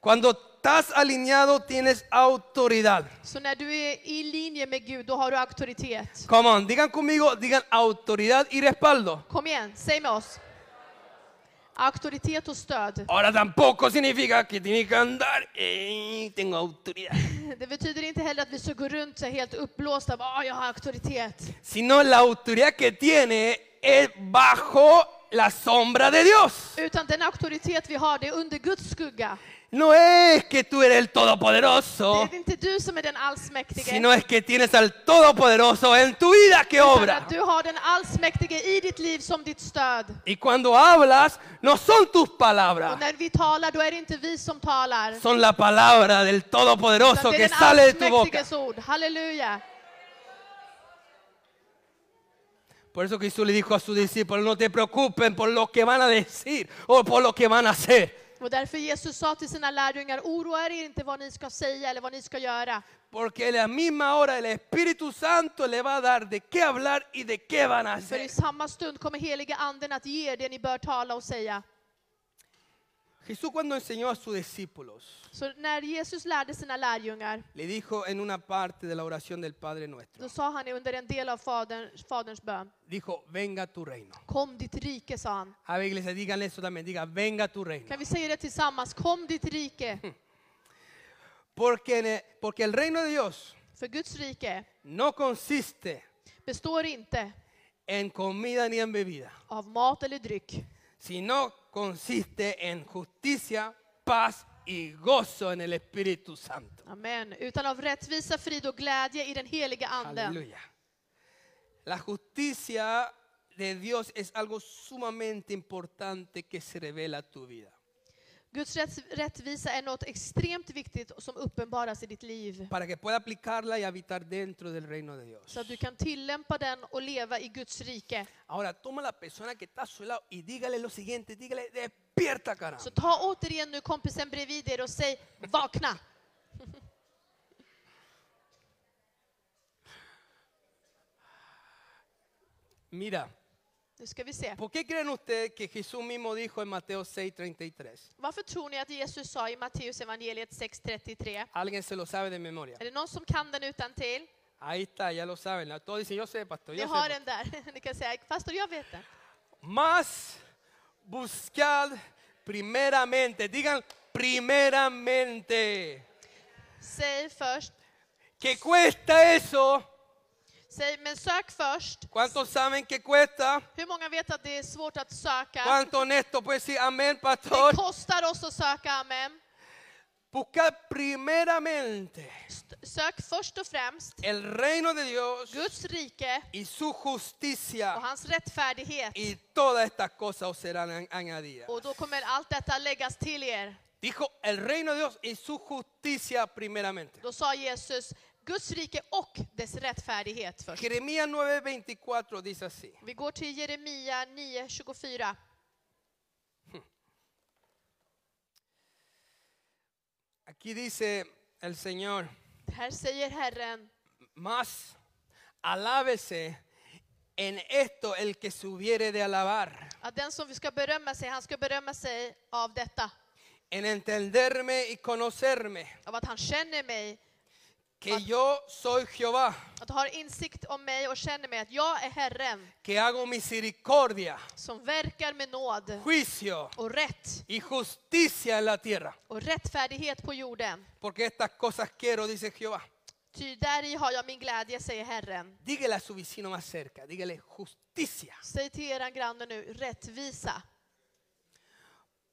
Speaker 1: Cuando estás alineado tienes autoridad.
Speaker 2: Så när du är i linje med Gud, då har du auktoritet.
Speaker 1: Come on, digan conmigo, digan autoridad y respaldo.
Speaker 2: Kom igen, säg med oss. Auktoritet och stöd.
Speaker 1: Ahora tampoco significa que tiene que andar y tengo autoridad,
Speaker 2: Det betyder inte heller att vi ska gå runt så här helt uppblåsta, bara "Ah, jag har auktoritet.
Speaker 1: sino la autoridad que tiene es bajo la sombra de Dios.
Speaker 2: Utan den auktoritet vi har, det är under Guds skugga.
Speaker 1: No es que tú eres el
Speaker 2: Det
Speaker 1: todopoderoso,
Speaker 2: är inte du som är den allsmäktige.
Speaker 1: sino es que tienes al todopoderoso en tu vida que
Speaker 2: utan
Speaker 1: obra.
Speaker 2: att du har den allsmäktige i ditt liv som ditt stöd.
Speaker 1: Y cuando hablas, no son tus
Speaker 2: Och
Speaker 1: palabras,
Speaker 2: när vi talar, då är det inte vi som talar. utan
Speaker 1: son la palabra del todopoderoso
Speaker 2: det är
Speaker 1: que
Speaker 2: den
Speaker 1: sale de tu boca.
Speaker 2: allsmäktiges ord. Halleluja.
Speaker 1: Por eso Jesús le dijo a sus discípulos, no te preocupen por lo que van a decir o por lo que van a hacer.
Speaker 2: Och därför Jesus sa till sina lärjungar, oroa er inte vad ni ska säga eller vad ni ska göra.
Speaker 1: Porque a la misma hora el Espíritu Santo le va a dar de qué hablar y de qué van a
Speaker 2: För i
Speaker 1: hacer.
Speaker 2: samma stund kommer heliga anden att ge er det ni bör tala och säga.
Speaker 1: Jesús cuando enseñó a sus discípulos,
Speaker 2: Så när Jesus lärde sina lärjungar,
Speaker 1: le dijo en una parte de la oración del Padre nuestro,
Speaker 2: då sa han under en del av faderns, faderns bön,
Speaker 1: dijo, venga tu reino.
Speaker 2: kom ditt rike, sa han.
Speaker 1: A ver, iglesia, díganle eso también, diga, venga tu reino.
Speaker 2: Kan vi säga det tillsammans? Kom ditt rike.
Speaker 1: Porque, en el- porque el reino de Dios
Speaker 2: För Guds rike
Speaker 1: no consiste
Speaker 2: består inte
Speaker 1: en comida ni en bebida,
Speaker 2: av mat eller dryck,
Speaker 1: sino consiste en justicia, paz y gozo en el Espíritu Santo.
Speaker 2: Amen. utan av rättvisa, frid och glädje i den heliga anden.
Speaker 1: Aleluya. La justicia de Dios es algo sumamente importante que se revela a tu vida.
Speaker 2: Guds rätts- rättvisa är något extremt viktigt som uppenbaras i ditt liv.
Speaker 1: Para que pueda aplicarla y habitar dentro del reino de Dios.
Speaker 2: Så att du kan tillämpa den och leva i Guds rike.
Speaker 1: Ahora toma a la persona que está a su lado y dígale lo siguiente, dígale, despierta cara.
Speaker 2: Så ta återigen nu kompisen bredvid er och säg vakna.
Speaker 1: Mira,
Speaker 2: Nu ska vi se.
Speaker 1: ¿por qué creen ustedes que Jesús mismo dijo en Mateo 6:33?
Speaker 2: Varför tror ni att Jesus sa i Matteus evangeliet 6.33?
Speaker 1: Alguien se lo sabe de memoria.
Speaker 2: Är det någon som kan den utan till?
Speaker 1: Ahí está, ya lo saben. Todos dicen, yo sé, pastor,
Speaker 2: Ni
Speaker 1: yo
Speaker 2: har
Speaker 1: sé.
Speaker 2: den där. Ni kan säga, pastor jag vet den.
Speaker 1: Más buscad primeramente, digan primeramente.
Speaker 2: Säg först,
Speaker 1: ¿Qué cuesta eso?
Speaker 2: säg men sök först.
Speaker 1: ¿Cuántos saben que cuesta?
Speaker 2: Hur många vet att det är svårt att söka?
Speaker 1: ¿Cuánto honesto puede decir amén, pastor?
Speaker 2: Det kostar oss att söka, amen.
Speaker 1: Buscad primeramente
Speaker 2: St- Sök först och främst
Speaker 1: el reino de Dios
Speaker 2: Guds rike
Speaker 1: y su justicia
Speaker 2: och hans rättfärdighet.
Speaker 1: y todas estas cosas os serán an- añadidas.
Speaker 2: Och då kommer allt detta läggas till er.
Speaker 1: Dijo el reino de Dios y su justicia primeramente.
Speaker 2: Då sa Jesus, Guds rike och dess rättfärdighet först.
Speaker 1: Jeremías 9:24 dice así.
Speaker 2: Vi går till Jeremia 9.24.
Speaker 1: Aquí Aquí dice el Señor,
Speaker 2: Här säger Herren,
Speaker 1: más alábese en esto el que se hubiere de alabar,
Speaker 2: att den som ska berömma sig, han ska berömma sig av detta.
Speaker 1: en entenderme y conocerme,
Speaker 2: Av att han känner mig,
Speaker 1: que yo soy Jehová,
Speaker 2: att han har insikt om mig och känner mig, att jag är Herren
Speaker 1: que hago misericordia,
Speaker 2: som verkar med nåd
Speaker 1: juicio
Speaker 2: och rätt
Speaker 1: y justicia en la tierra.
Speaker 2: och rättfärdighet på jorden.
Speaker 1: Porque estas cosas quiero, dice Jehová.
Speaker 2: Ty där i har jag min glädje, säger Herren.
Speaker 1: Dígale a su vecino más cerca, dígale justicia.
Speaker 2: Säg till eran granne nu, rättvisa.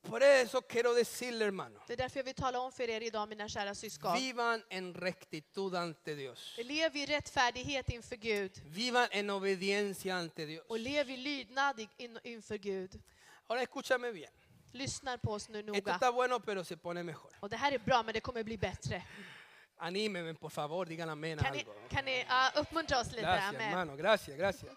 Speaker 1: Por eso quiero decirle, hermano,
Speaker 2: Det är därför jag vill tala om för er idag, mina kära syskon.
Speaker 1: vivan en rectitud ante Dios.
Speaker 2: Lev i rättfärdighet inför Gud
Speaker 1: Vivan en obediencia ante Dios.
Speaker 2: och lev i lydnad i- in- inför Gud.
Speaker 1: Ahora escúchame bien.
Speaker 2: Lyssna på oss nu
Speaker 1: Esto
Speaker 2: noga.
Speaker 1: está bueno, pero se pone mejor.
Speaker 2: Och det här är bra, men det kommer bli bättre.
Speaker 1: Anímeme, por favor, digan amén a
Speaker 2: Kan ni,
Speaker 1: algo.
Speaker 2: kan ni ja, uppmuntra oss lite?
Speaker 1: Gracias,
Speaker 2: Amen.
Speaker 1: hermano, gracias, gracias.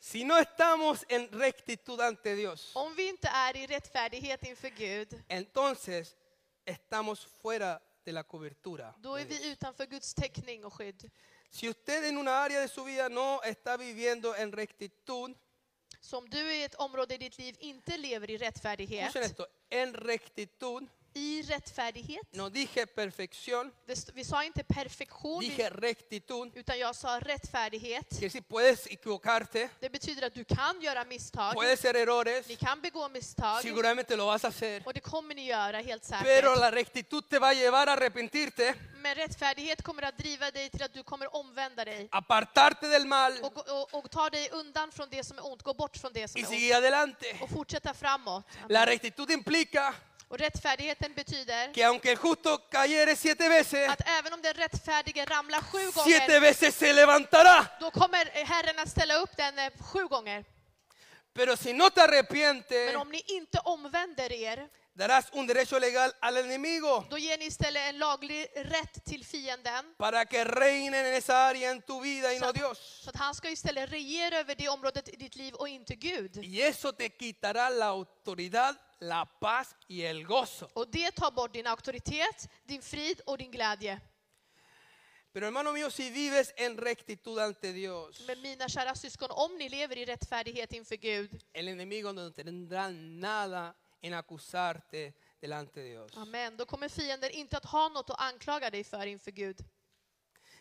Speaker 1: Si no estamos en rectitud ante Dios,
Speaker 2: Om vi inte är i rättfärdighet inför Gud,
Speaker 1: entonces estamos fuera de la cobertura.
Speaker 2: då
Speaker 1: de
Speaker 2: är
Speaker 1: Dios.
Speaker 2: vi utanför Guds täckning och skydd.
Speaker 1: Si usted en una área de su vida no está viviendo en rectitud,
Speaker 2: Så om du i ett område i ditt liv inte lever i rättfärdighet,
Speaker 1: escuchen esto, en rectitud,
Speaker 2: i rättfärdighet,
Speaker 1: no dije perfección,
Speaker 2: det st- vi sa inte perfektion, vi-
Speaker 1: dije rectitud.
Speaker 2: utan jag sa rättfärdighet.
Speaker 1: Quiere decir, puedes equivocarte,
Speaker 2: Det betyder att du kan göra misstag,
Speaker 1: puedes ser errores,
Speaker 2: ni kan begå misstag,
Speaker 1: seguramente lo vas a hacer,
Speaker 2: och det kommer ni göra helt
Speaker 1: pero
Speaker 2: säkert.
Speaker 1: la rectitud te va a llevar a arrepentirte,
Speaker 2: Men rättfärdighet kommer att driva dig till att du kommer omvända dig
Speaker 1: apartarte del mal
Speaker 2: och, och, och ta dig undan från det som är ont, gå bort från det som
Speaker 1: y
Speaker 2: är ont
Speaker 1: seguir adelante.
Speaker 2: och fortsätta framåt.
Speaker 1: La rectitud implica
Speaker 2: Och rättfärdigheten betyder
Speaker 1: que aunque el justo cayere siete veces,
Speaker 2: att även om den rättfärdige ramlar sju
Speaker 1: siete
Speaker 2: gånger,
Speaker 1: veces se levantará.
Speaker 2: då kommer Herren att ställa upp den eh, sju gånger.
Speaker 1: Pero si no te arrepientes,
Speaker 2: Men om ni inte omvänder er,
Speaker 1: darás un derecho legal al enemigo
Speaker 2: då ger ni istället en laglig rätt till fienden.
Speaker 1: para que reinen en esa área en tu vida y
Speaker 2: Så
Speaker 1: no
Speaker 2: att,
Speaker 1: Dios.
Speaker 2: så att han ska istället regera över det området i ditt liv och inte Gud.
Speaker 1: Y eso te quitará la autoridad, la paz y el gozo.
Speaker 2: Och det tar bort din auktoritet, din frid och din glädje.
Speaker 1: Pero hermano mío, si vives en rectitud ante Dios,
Speaker 2: Men mina kära syskon, om ni lever i rättfärdighet inför Gud,
Speaker 1: el enemigo no tendrá nada en acusarte delante de Dios.
Speaker 2: amen, då kommer fienden inte att ha något att anklaga dig för inför Gud.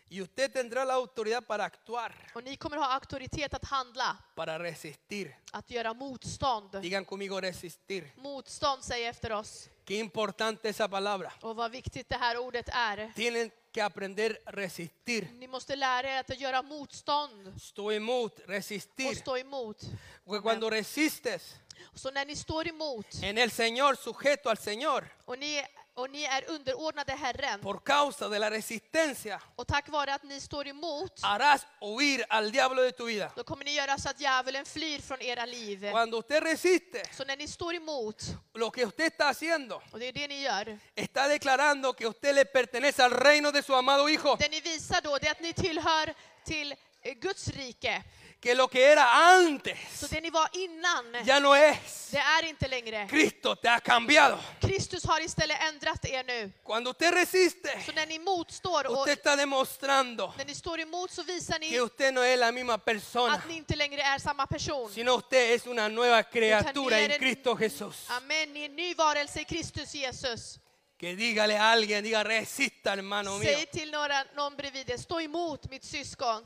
Speaker 1: Y usted tendrá la autoridad para actuar,
Speaker 2: Och ni kommer ha auktoritet att handla,
Speaker 1: para resistir.
Speaker 2: att göra motstånd.
Speaker 1: Digan conmigo resistir.
Speaker 2: Motstånd, säg efter oss.
Speaker 1: Qué importante esa palabra.
Speaker 2: Och vad viktigt det här ordet är.
Speaker 1: Tienen que aprender a resistir.
Speaker 2: Ni måste lära er att göra motstånd
Speaker 1: Stå emot,
Speaker 2: och
Speaker 1: resistir.
Speaker 2: stå emot.
Speaker 1: Porque cuando resistes
Speaker 2: Så när ni står emot
Speaker 1: en el Señor, sujeto al Señor,
Speaker 2: och ni, och ni är underordnade Herren
Speaker 1: por causa de la resistencia,
Speaker 2: och tack vare att ni står emot,
Speaker 1: harás huir al diablo de tu vida.
Speaker 2: då kommer ni göra så att djävulen flyr från era liv.
Speaker 1: Cuando usted resiste,
Speaker 2: Så när ni står emot,
Speaker 1: lo que usted está haciendo,
Speaker 2: och det är det ni gör,
Speaker 1: está declarando que usted le pertenece al reino de su amado Hijo,
Speaker 2: det ni visar då det är att ni tillhör till eh, Guds rike.
Speaker 1: que lo que era
Speaker 2: Så
Speaker 1: antes
Speaker 2: det ni var innan,
Speaker 1: ya no es.
Speaker 2: det är inte längre.
Speaker 1: Cristo te ha cambiado.
Speaker 2: Kristus har istället ändrat er nu.
Speaker 1: Cuando usted resiste,
Speaker 2: Så när ni motstår och
Speaker 1: usted está demostrando
Speaker 2: när ni står emot så visar
Speaker 1: que
Speaker 2: ni
Speaker 1: usted no es la misma persona,
Speaker 2: att ni inte längre är samma person.
Speaker 1: sino usted es una nueva criatura en Cristo Jesús.
Speaker 2: Amen, ni är en ny varelse i Kristus Jesus.
Speaker 1: Que dígale a alguien, diga resista hermano mío
Speaker 2: Säg till några, någon bredvid er, stå emot mitt syskon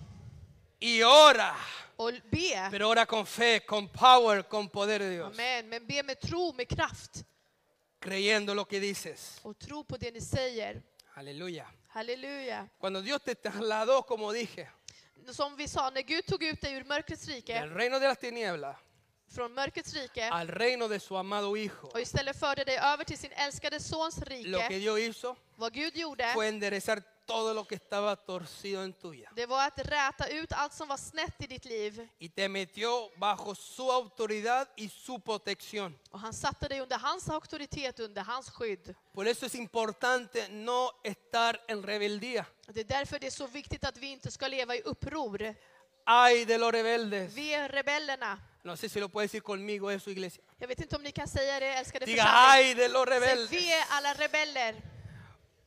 Speaker 1: y ora,
Speaker 2: och be.
Speaker 1: pero ora con fe, con power, con poder de Dios,
Speaker 2: Amen, men be med tro, med kraft
Speaker 1: creyendo lo que dices.
Speaker 2: och tro på det ni säger.
Speaker 1: Aleluya.
Speaker 2: Halleluja.
Speaker 1: Cuando Dios te trasladó, como dije,
Speaker 2: Som vi sa, när Gud tog ut dig ur mörkrets rike,
Speaker 1: del reino de las tinieblas
Speaker 2: från mörkrets rike
Speaker 1: al reino de su amado Hijo,
Speaker 2: och istället förde dig över till sin älskade sons
Speaker 1: lo que
Speaker 2: rike,
Speaker 1: Dios hizo
Speaker 2: vad Gud gjorde
Speaker 1: fue enderezar todo lo que estaba torcido en tu vida.
Speaker 2: Det var att räta ut allt som var snett i ditt liv.
Speaker 1: y te metió bajo su autoridad y su protección.
Speaker 2: Och han satte dig under hans auktoritet, under hans skydd.
Speaker 1: Por eso es importante no estar en rebeldía.
Speaker 2: Det är därför det är så viktigt att vi inte ska leva i uppror.
Speaker 1: Ay de los rebeldes.
Speaker 2: Vi är rebellerna.
Speaker 1: No sé si lo puede decir conmigo eso, iglesia.
Speaker 2: Jag vet inte om ni kan säga det, älskade
Speaker 1: Diga,
Speaker 2: församling.
Speaker 1: ay de los
Speaker 2: Säg,
Speaker 1: rebeldes.
Speaker 2: vi är alla rebeller.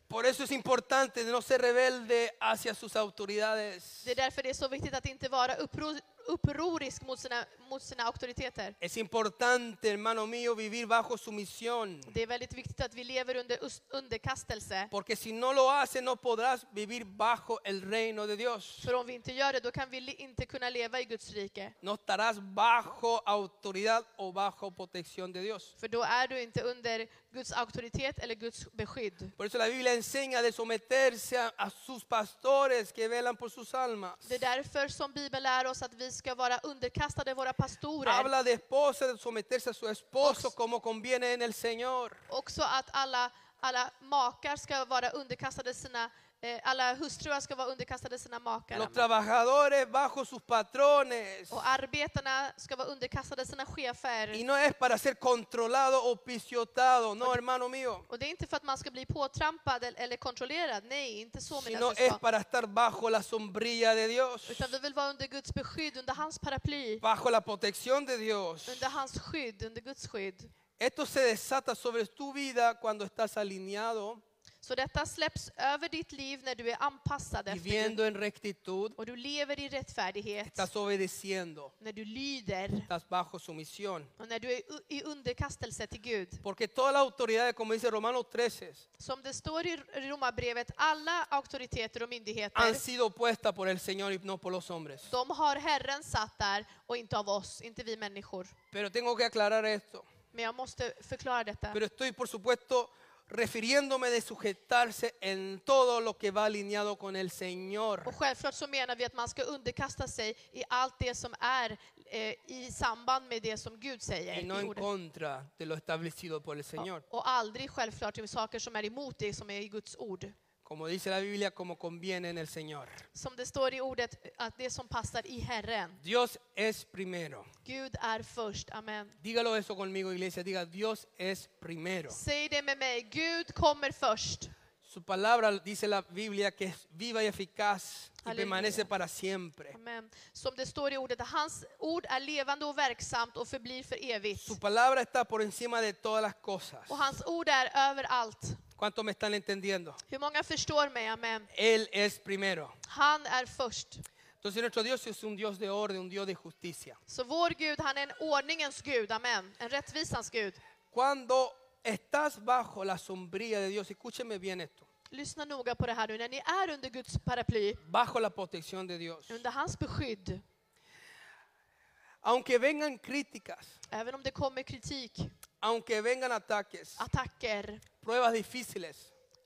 Speaker 1: Por eso es importante de no ser rebelde hacia sus autoridades.
Speaker 2: Det är därför det är så viktigt att inte vara uppro, upprorisk mot sina, mot sina auktoriteter.
Speaker 1: Es importante, hermano mío, vivir bajo sumisión.
Speaker 2: Det är väldigt viktigt att vi lever under us- underkastelse.
Speaker 1: Porque si no lo haces, no podrás vivir bajo el reino de Dios.
Speaker 2: För om vi inte gör det, då kan vi li- inte kunna leva i Guds rike.
Speaker 1: No estarás bajo autoridad o bajo protección de Dios.
Speaker 2: För då är du inte under Guds auktoritet eller Guds beskydd.
Speaker 1: Por eso la Biblia enseña de someterse a, a sus pastores que velan por sus almas.
Speaker 2: Det är därför som Bibeln lär oss att vi ska vara underkastade våra pastorer.
Speaker 1: Habla de esposa, de someterse a su esposo como conviene en el Señor.
Speaker 2: Också att alla, alla makar ska vara underkastade sina eh, alla hustruar ska vara underkastade sina makar.
Speaker 1: Los
Speaker 2: Amen.
Speaker 1: trabajadores bajo sus patrones.
Speaker 2: Och arbetarna ska vara underkastade sina
Speaker 1: Y
Speaker 2: chefer.
Speaker 1: no es para ser controlado o pisotado, no, hermano mío.
Speaker 2: Och det är inte för att man ska bli påtrampad el- eller kontrollerad. Nej, inte så
Speaker 1: Sino
Speaker 2: mina
Speaker 1: es
Speaker 2: syskon.
Speaker 1: para estar bajo la sombrilla de Dios,
Speaker 2: Utan vi vill vara under Guds beskydd, under hans paraply,
Speaker 1: bajo la protección de Dios.
Speaker 2: under hans skydd, under Guds skydd.
Speaker 1: Esto se desata sobre tu vida cuando estás alineado,
Speaker 2: Så detta släpps över ditt liv när du är anpassad efter Gud
Speaker 1: viviendo en rectitud,
Speaker 2: och du lever i rättfärdighet,
Speaker 1: estás obedeciendo,
Speaker 2: när du lyder
Speaker 1: estás bajo sumisión.
Speaker 2: och när du är u- i underkastelse till Gud.
Speaker 1: Porque toda la autoridad, como dice Romanos 13,
Speaker 2: Som det står i R- Romarbrevet, alla auktoriteter och myndigheter,
Speaker 1: han sido puesta por el Señor y no por los hombres.
Speaker 2: de har Herren satt där och inte av oss, inte vi människor.
Speaker 1: Pero tengo que aclarar esto.
Speaker 2: Men jag måste förklara detta.
Speaker 1: Pero estoy, por supuesto, refiriéndome de sujetarse en todo lo que va alineado con el Señor.
Speaker 2: Och självklart så menar vi att man ska underkasta sig i allt det som är eh, i samband med det som Gud säger
Speaker 1: Y no
Speaker 2: i
Speaker 1: en
Speaker 2: ordet.
Speaker 1: contra de lo establecido por el Señor.
Speaker 2: Och aldrig självklart i saker som är emot det som är i Guds ord.
Speaker 1: Como dice la Biblia, como conviene en el Señor.
Speaker 2: Som det står i ordet, att det som passar i Herren.
Speaker 1: Dios es primero.
Speaker 2: Gud är först, amen.
Speaker 1: Dígalo eso conmigo, iglesia. Diga, Dios es primero.
Speaker 2: Säg det med mig, Gud kommer först.
Speaker 1: Su palabra dice la Biblia que es viva y eficaz y
Speaker 2: Aleluya.
Speaker 1: permanece para siempre.
Speaker 2: Amen. Som det står i ordet, att hans ord är levande och verksamt och förblir för evigt.
Speaker 1: Su palabra está por encima de todas las cosas.
Speaker 2: Och hans ord är överallt.
Speaker 1: ¿Cuántos me están entendiendo?
Speaker 2: Hur många förstår mig, amen.
Speaker 1: Él es primero.
Speaker 2: Han är först.
Speaker 1: Entonces nuestro Dios es un Dios de orden, un Dios de justicia.
Speaker 2: Så vår Gud, han är en ordningens Gud, amen. En rättvisans Gud.
Speaker 1: Cuando estás bajo la sombría de Dios, escúcheme bien esto,
Speaker 2: Lyssna noga på det här nu, när ni är under Guds paraply,
Speaker 1: bajo la protección de Dios,
Speaker 2: under hans beskydd,
Speaker 1: aunque vengan críticas,
Speaker 2: även om det kommer kritik,
Speaker 1: aunque vengan ataques,
Speaker 2: Ah. attacker,
Speaker 1: pruebas difíciles,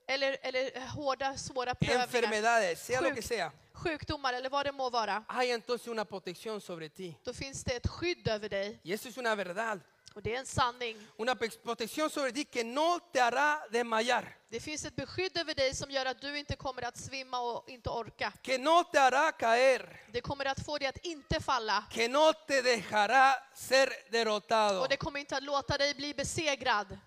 Speaker 2: eller, eller eh, hårda, svåra prövningar,
Speaker 1: enfermedades, sea lo que
Speaker 2: Sjuk-
Speaker 1: sea,
Speaker 2: sjukdomar eller vad det må vara,
Speaker 1: hay entonces una protección sobre ti.
Speaker 2: då finns det ett skydd över dig.
Speaker 1: Y eso es una verdad,
Speaker 2: Och det är en sanning.
Speaker 1: una pe- protección sobre ti que no te hará desmayar,
Speaker 2: Det finns ett beskydd över dig som gör att du inte kommer att svimma och inte orka.
Speaker 1: que no te hará caer,
Speaker 2: Det kommer att få dig att inte falla.
Speaker 1: que no te dejará ser derrotado.
Speaker 2: Och det kommer inte att låta dig bli besegrad.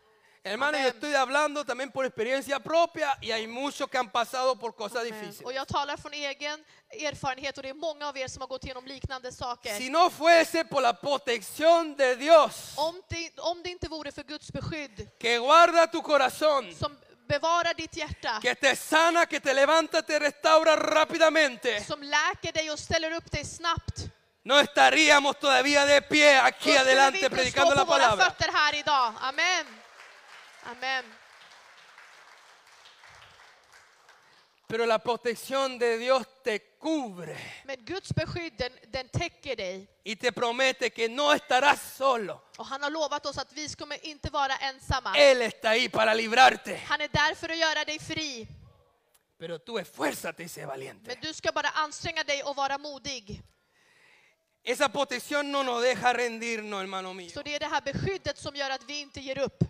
Speaker 1: Hermano, yo
Speaker 2: Amén.
Speaker 1: estoy hablando también por experiencia propia y hay muchos que han pasado por cosas
Speaker 2: Och
Speaker 1: difíciles.
Speaker 2: jag talar från egen erfarenhet och det är många av er som har gått igenom liknande
Speaker 1: Si
Speaker 2: saker.
Speaker 1: no fuese por la protección de Dios
Speaker 2: Om det, om det inte vore för Guds beskydd
Speaker 1: que guarda tu corazón,
Speaker 2: som bevarar ditt hjärta,
Speaker 1: que te sana, que te levanta, te restaura rápidamente,
Speaker 2: som läker dig och ställer upp dig snabbt,
Speaker 1: no estaríamos todavía de pie
Speaker 2: då
Speaker 1: aquí
Speaker 2: skulle vi
Speaker 1: adelante
Speaker 2: inte
Speaker 1: predicando
Speaker 2: stå på
Speaker 1: la
Speaker 2: våra
Speaker 1: palabra.
Speaker 2: fötter här idag. Amen. Amen.
Speaker 1: Pero la protección de Dios te cubre
Speaker 2: Men Guds beskydd, den, den täcker dig.
Speaker 1: y te promete que no estarás solo.
Speaker 2: Och han har lovat oss att vi kommer inte vara ensamma.
Speaker 1: Él está ahí para librarte.
Speaker 2: Han är där för att göra dig fri.
Speaker 1: Pero tú esfuérzate y sé valiente.
Speaker 2: Men du ska bara anstränga dig och vara modig.
Speaker 1: Esa protección no nos deja rendirnos, hermano mío.
Speaker 2: Så det är det här beskyddet som gör att vi inte ger upp.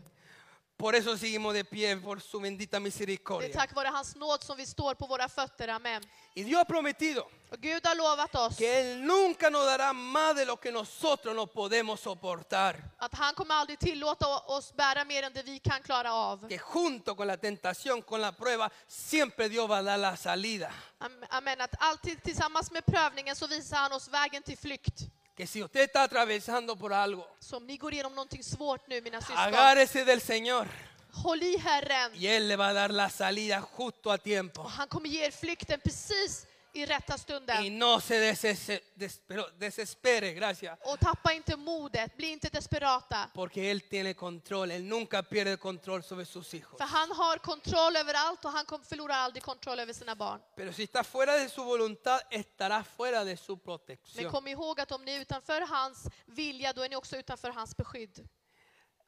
Speaker 1: Por eso seguimos de pie, por su bendita
Speaker 2: Det är
Speaker 1: misericordia.
Speaker 2: tack vare hans nåd som vi står på våra fötter, amen.
Speaker 1: Y Dios ha prometido
Speaker 2: Och Gud har lovat oss
Speaker 1: que Él nunca nos dará más de lo que nosotros no podemos soportar.
Speaker 2: att han kommer aldrig tillåta oss bära mer än det vi kan klara av.
Speaker 1: Que junto con la tentación, con la prueba, siempre Dios va a dar la salida.
Speaker 2: Am- Amen. Att alltid tillsammans med prövningen så visar han oss vägen till flykt.
Speaker 1: Que si usted está atravesando por algo,
Speaker 2: Så om ni går igenom någonting svårt nu, mina syskon,
Speaker 1: agárrese del Señor.
Speaker 2: Håll i Herren
Speaker 1: y Él le va a dar la salida justo a tiempo.
Speaker 2: och han kommer ge er flykten precis i rätta
Speaker 1: Y
Speaker 2: stunden.
Speaker 1: no se desese- des- pero desespere, gracias.
Speaker 2: Och tappa inte modet, bli inte desperata.
Speaker 1: Porque Él tiene control, Él nunca pierde control sobre sus hijos.
Speaker 2: För han har kontroll över allt och han kom- förlorar aldrig kontroll över sina barn.
Speaker 1: Pero si está fuera de su voluntad, estará fuera de su
Speaker 2: Men
Speaker 1: protección.
Speaker 2: kom ihåg att om ni är utanför hans vilja, då är ni också utanför hans beskydd.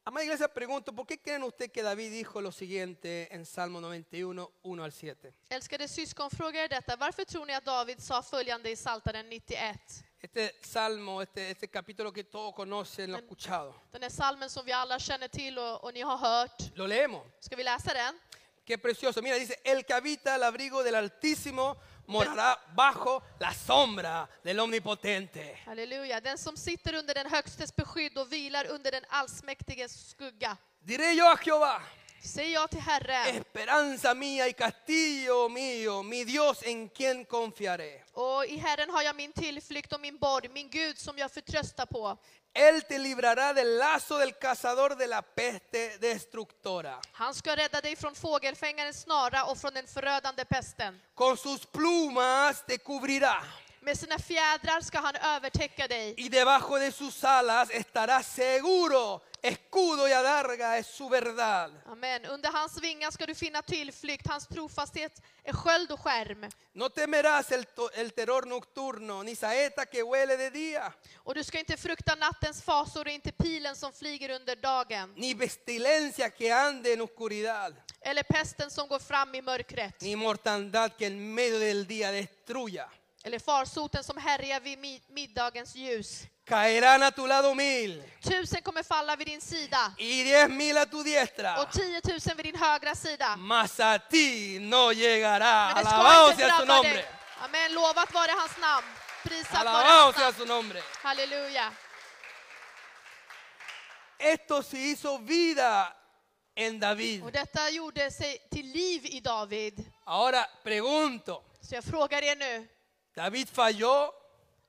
Speaker 1: Amada iglesia, pregunto, ¿por qué creen usted que David dijo lo siguiente en Salmo 91, 1 al 7?
Speaker 2: Älskade syskon, fråga er detta. Varför tror ni att David sa följande i Psaltaren 91?
Speaker 1: Este salmo, este, este capítulo que todos conocen, lo han escuchado.
Speaker 2: Den här salmen som vi alla känner till och, och ni har hört.
Speaker 1: Lo leemos.
Speaker 2: Ska vi läsa den?
Speaker 1: Qué precioso. Mira, dice, el que habita al abrigo del Altísimo morará bajo la sombra del Omnipotente.
Speaker 2: Halleluja. Den som sitter under den högstes beskydd och vilar under den allsmäktiges skugga.
Speaker 1: Diré yo a Jehová,
Speaker 2: Säger jag till Herren
Speaker 1: esperanza mía y castillo mío, mi Dios en quien confiaré.
Speaker 2: och i Herren har jag min tillflykt och min borg, min Gud som jag förtröstar på.
Speaker 1: Él te librará del lazo del cazador de la peste destructora.
Speaker 2: Han ska rädda dig från fågelfängarens snara och från den förödande pesten.
Speaker 1: Con sus plumas te cubrirá
Speaker 2: Med sina fjädrar ska han övertäcka dig.
Speaker 1: y debajo de sus alas estarás seguro. Escudo y adarga es su verdad.
Speaker 2: Amen. Under hans vingar ska du finna tillflykt. Hans trofasthet är sköld och skärm.
Speaker 1: No temerás el, to- el terror nocturno, ni saeta que huele de día,
Speaker 2: Och du ska inte frukta nattens fasor och inte pilen som flyger under dagen.
Speaker 1: ni pestilencia que ande en oscuridad,
Speaker 2: Eller pesten som går fram i mörkret.
Speaker 1: ni mortandad que en medio del día destruya.
Speaker 2: Eller farsoten som härjar vid mi- middagens ljus.
Speaker 1: Caerán a tu lado mil
Speaker 2: Tusen kommer falla vid din sida
Speaker 1: y diez mil a tu diestra,
Speaker 2: och tiotusen vid din högra sida.
Speaker 1: mas a ti no llegará.
Speaker 2: Men det ska
Speaker 1: Alabado
Speaker 2: inte
Speaker 1: sea su
Speaker 2: drabba
Speaker 1: nombre.
Speaker 2: dig. Amen. Lovat vare hans namn. Prisat vare
Speaker 1: Alabado
Speaker 2: hans
Speaker 1: sea
Speaker 2: namn.
Speaker 1: su nombre.
Speaker 2: Halleluja.
Speaker 1: Esto se hizo vida en David.
Speaker 2: Och detta gjorde sig till liv i David.
Speaker 1: Ahora pregunto,
Speaker 2: Så jag frågar er nu,
Speaker 1: ¿David falló?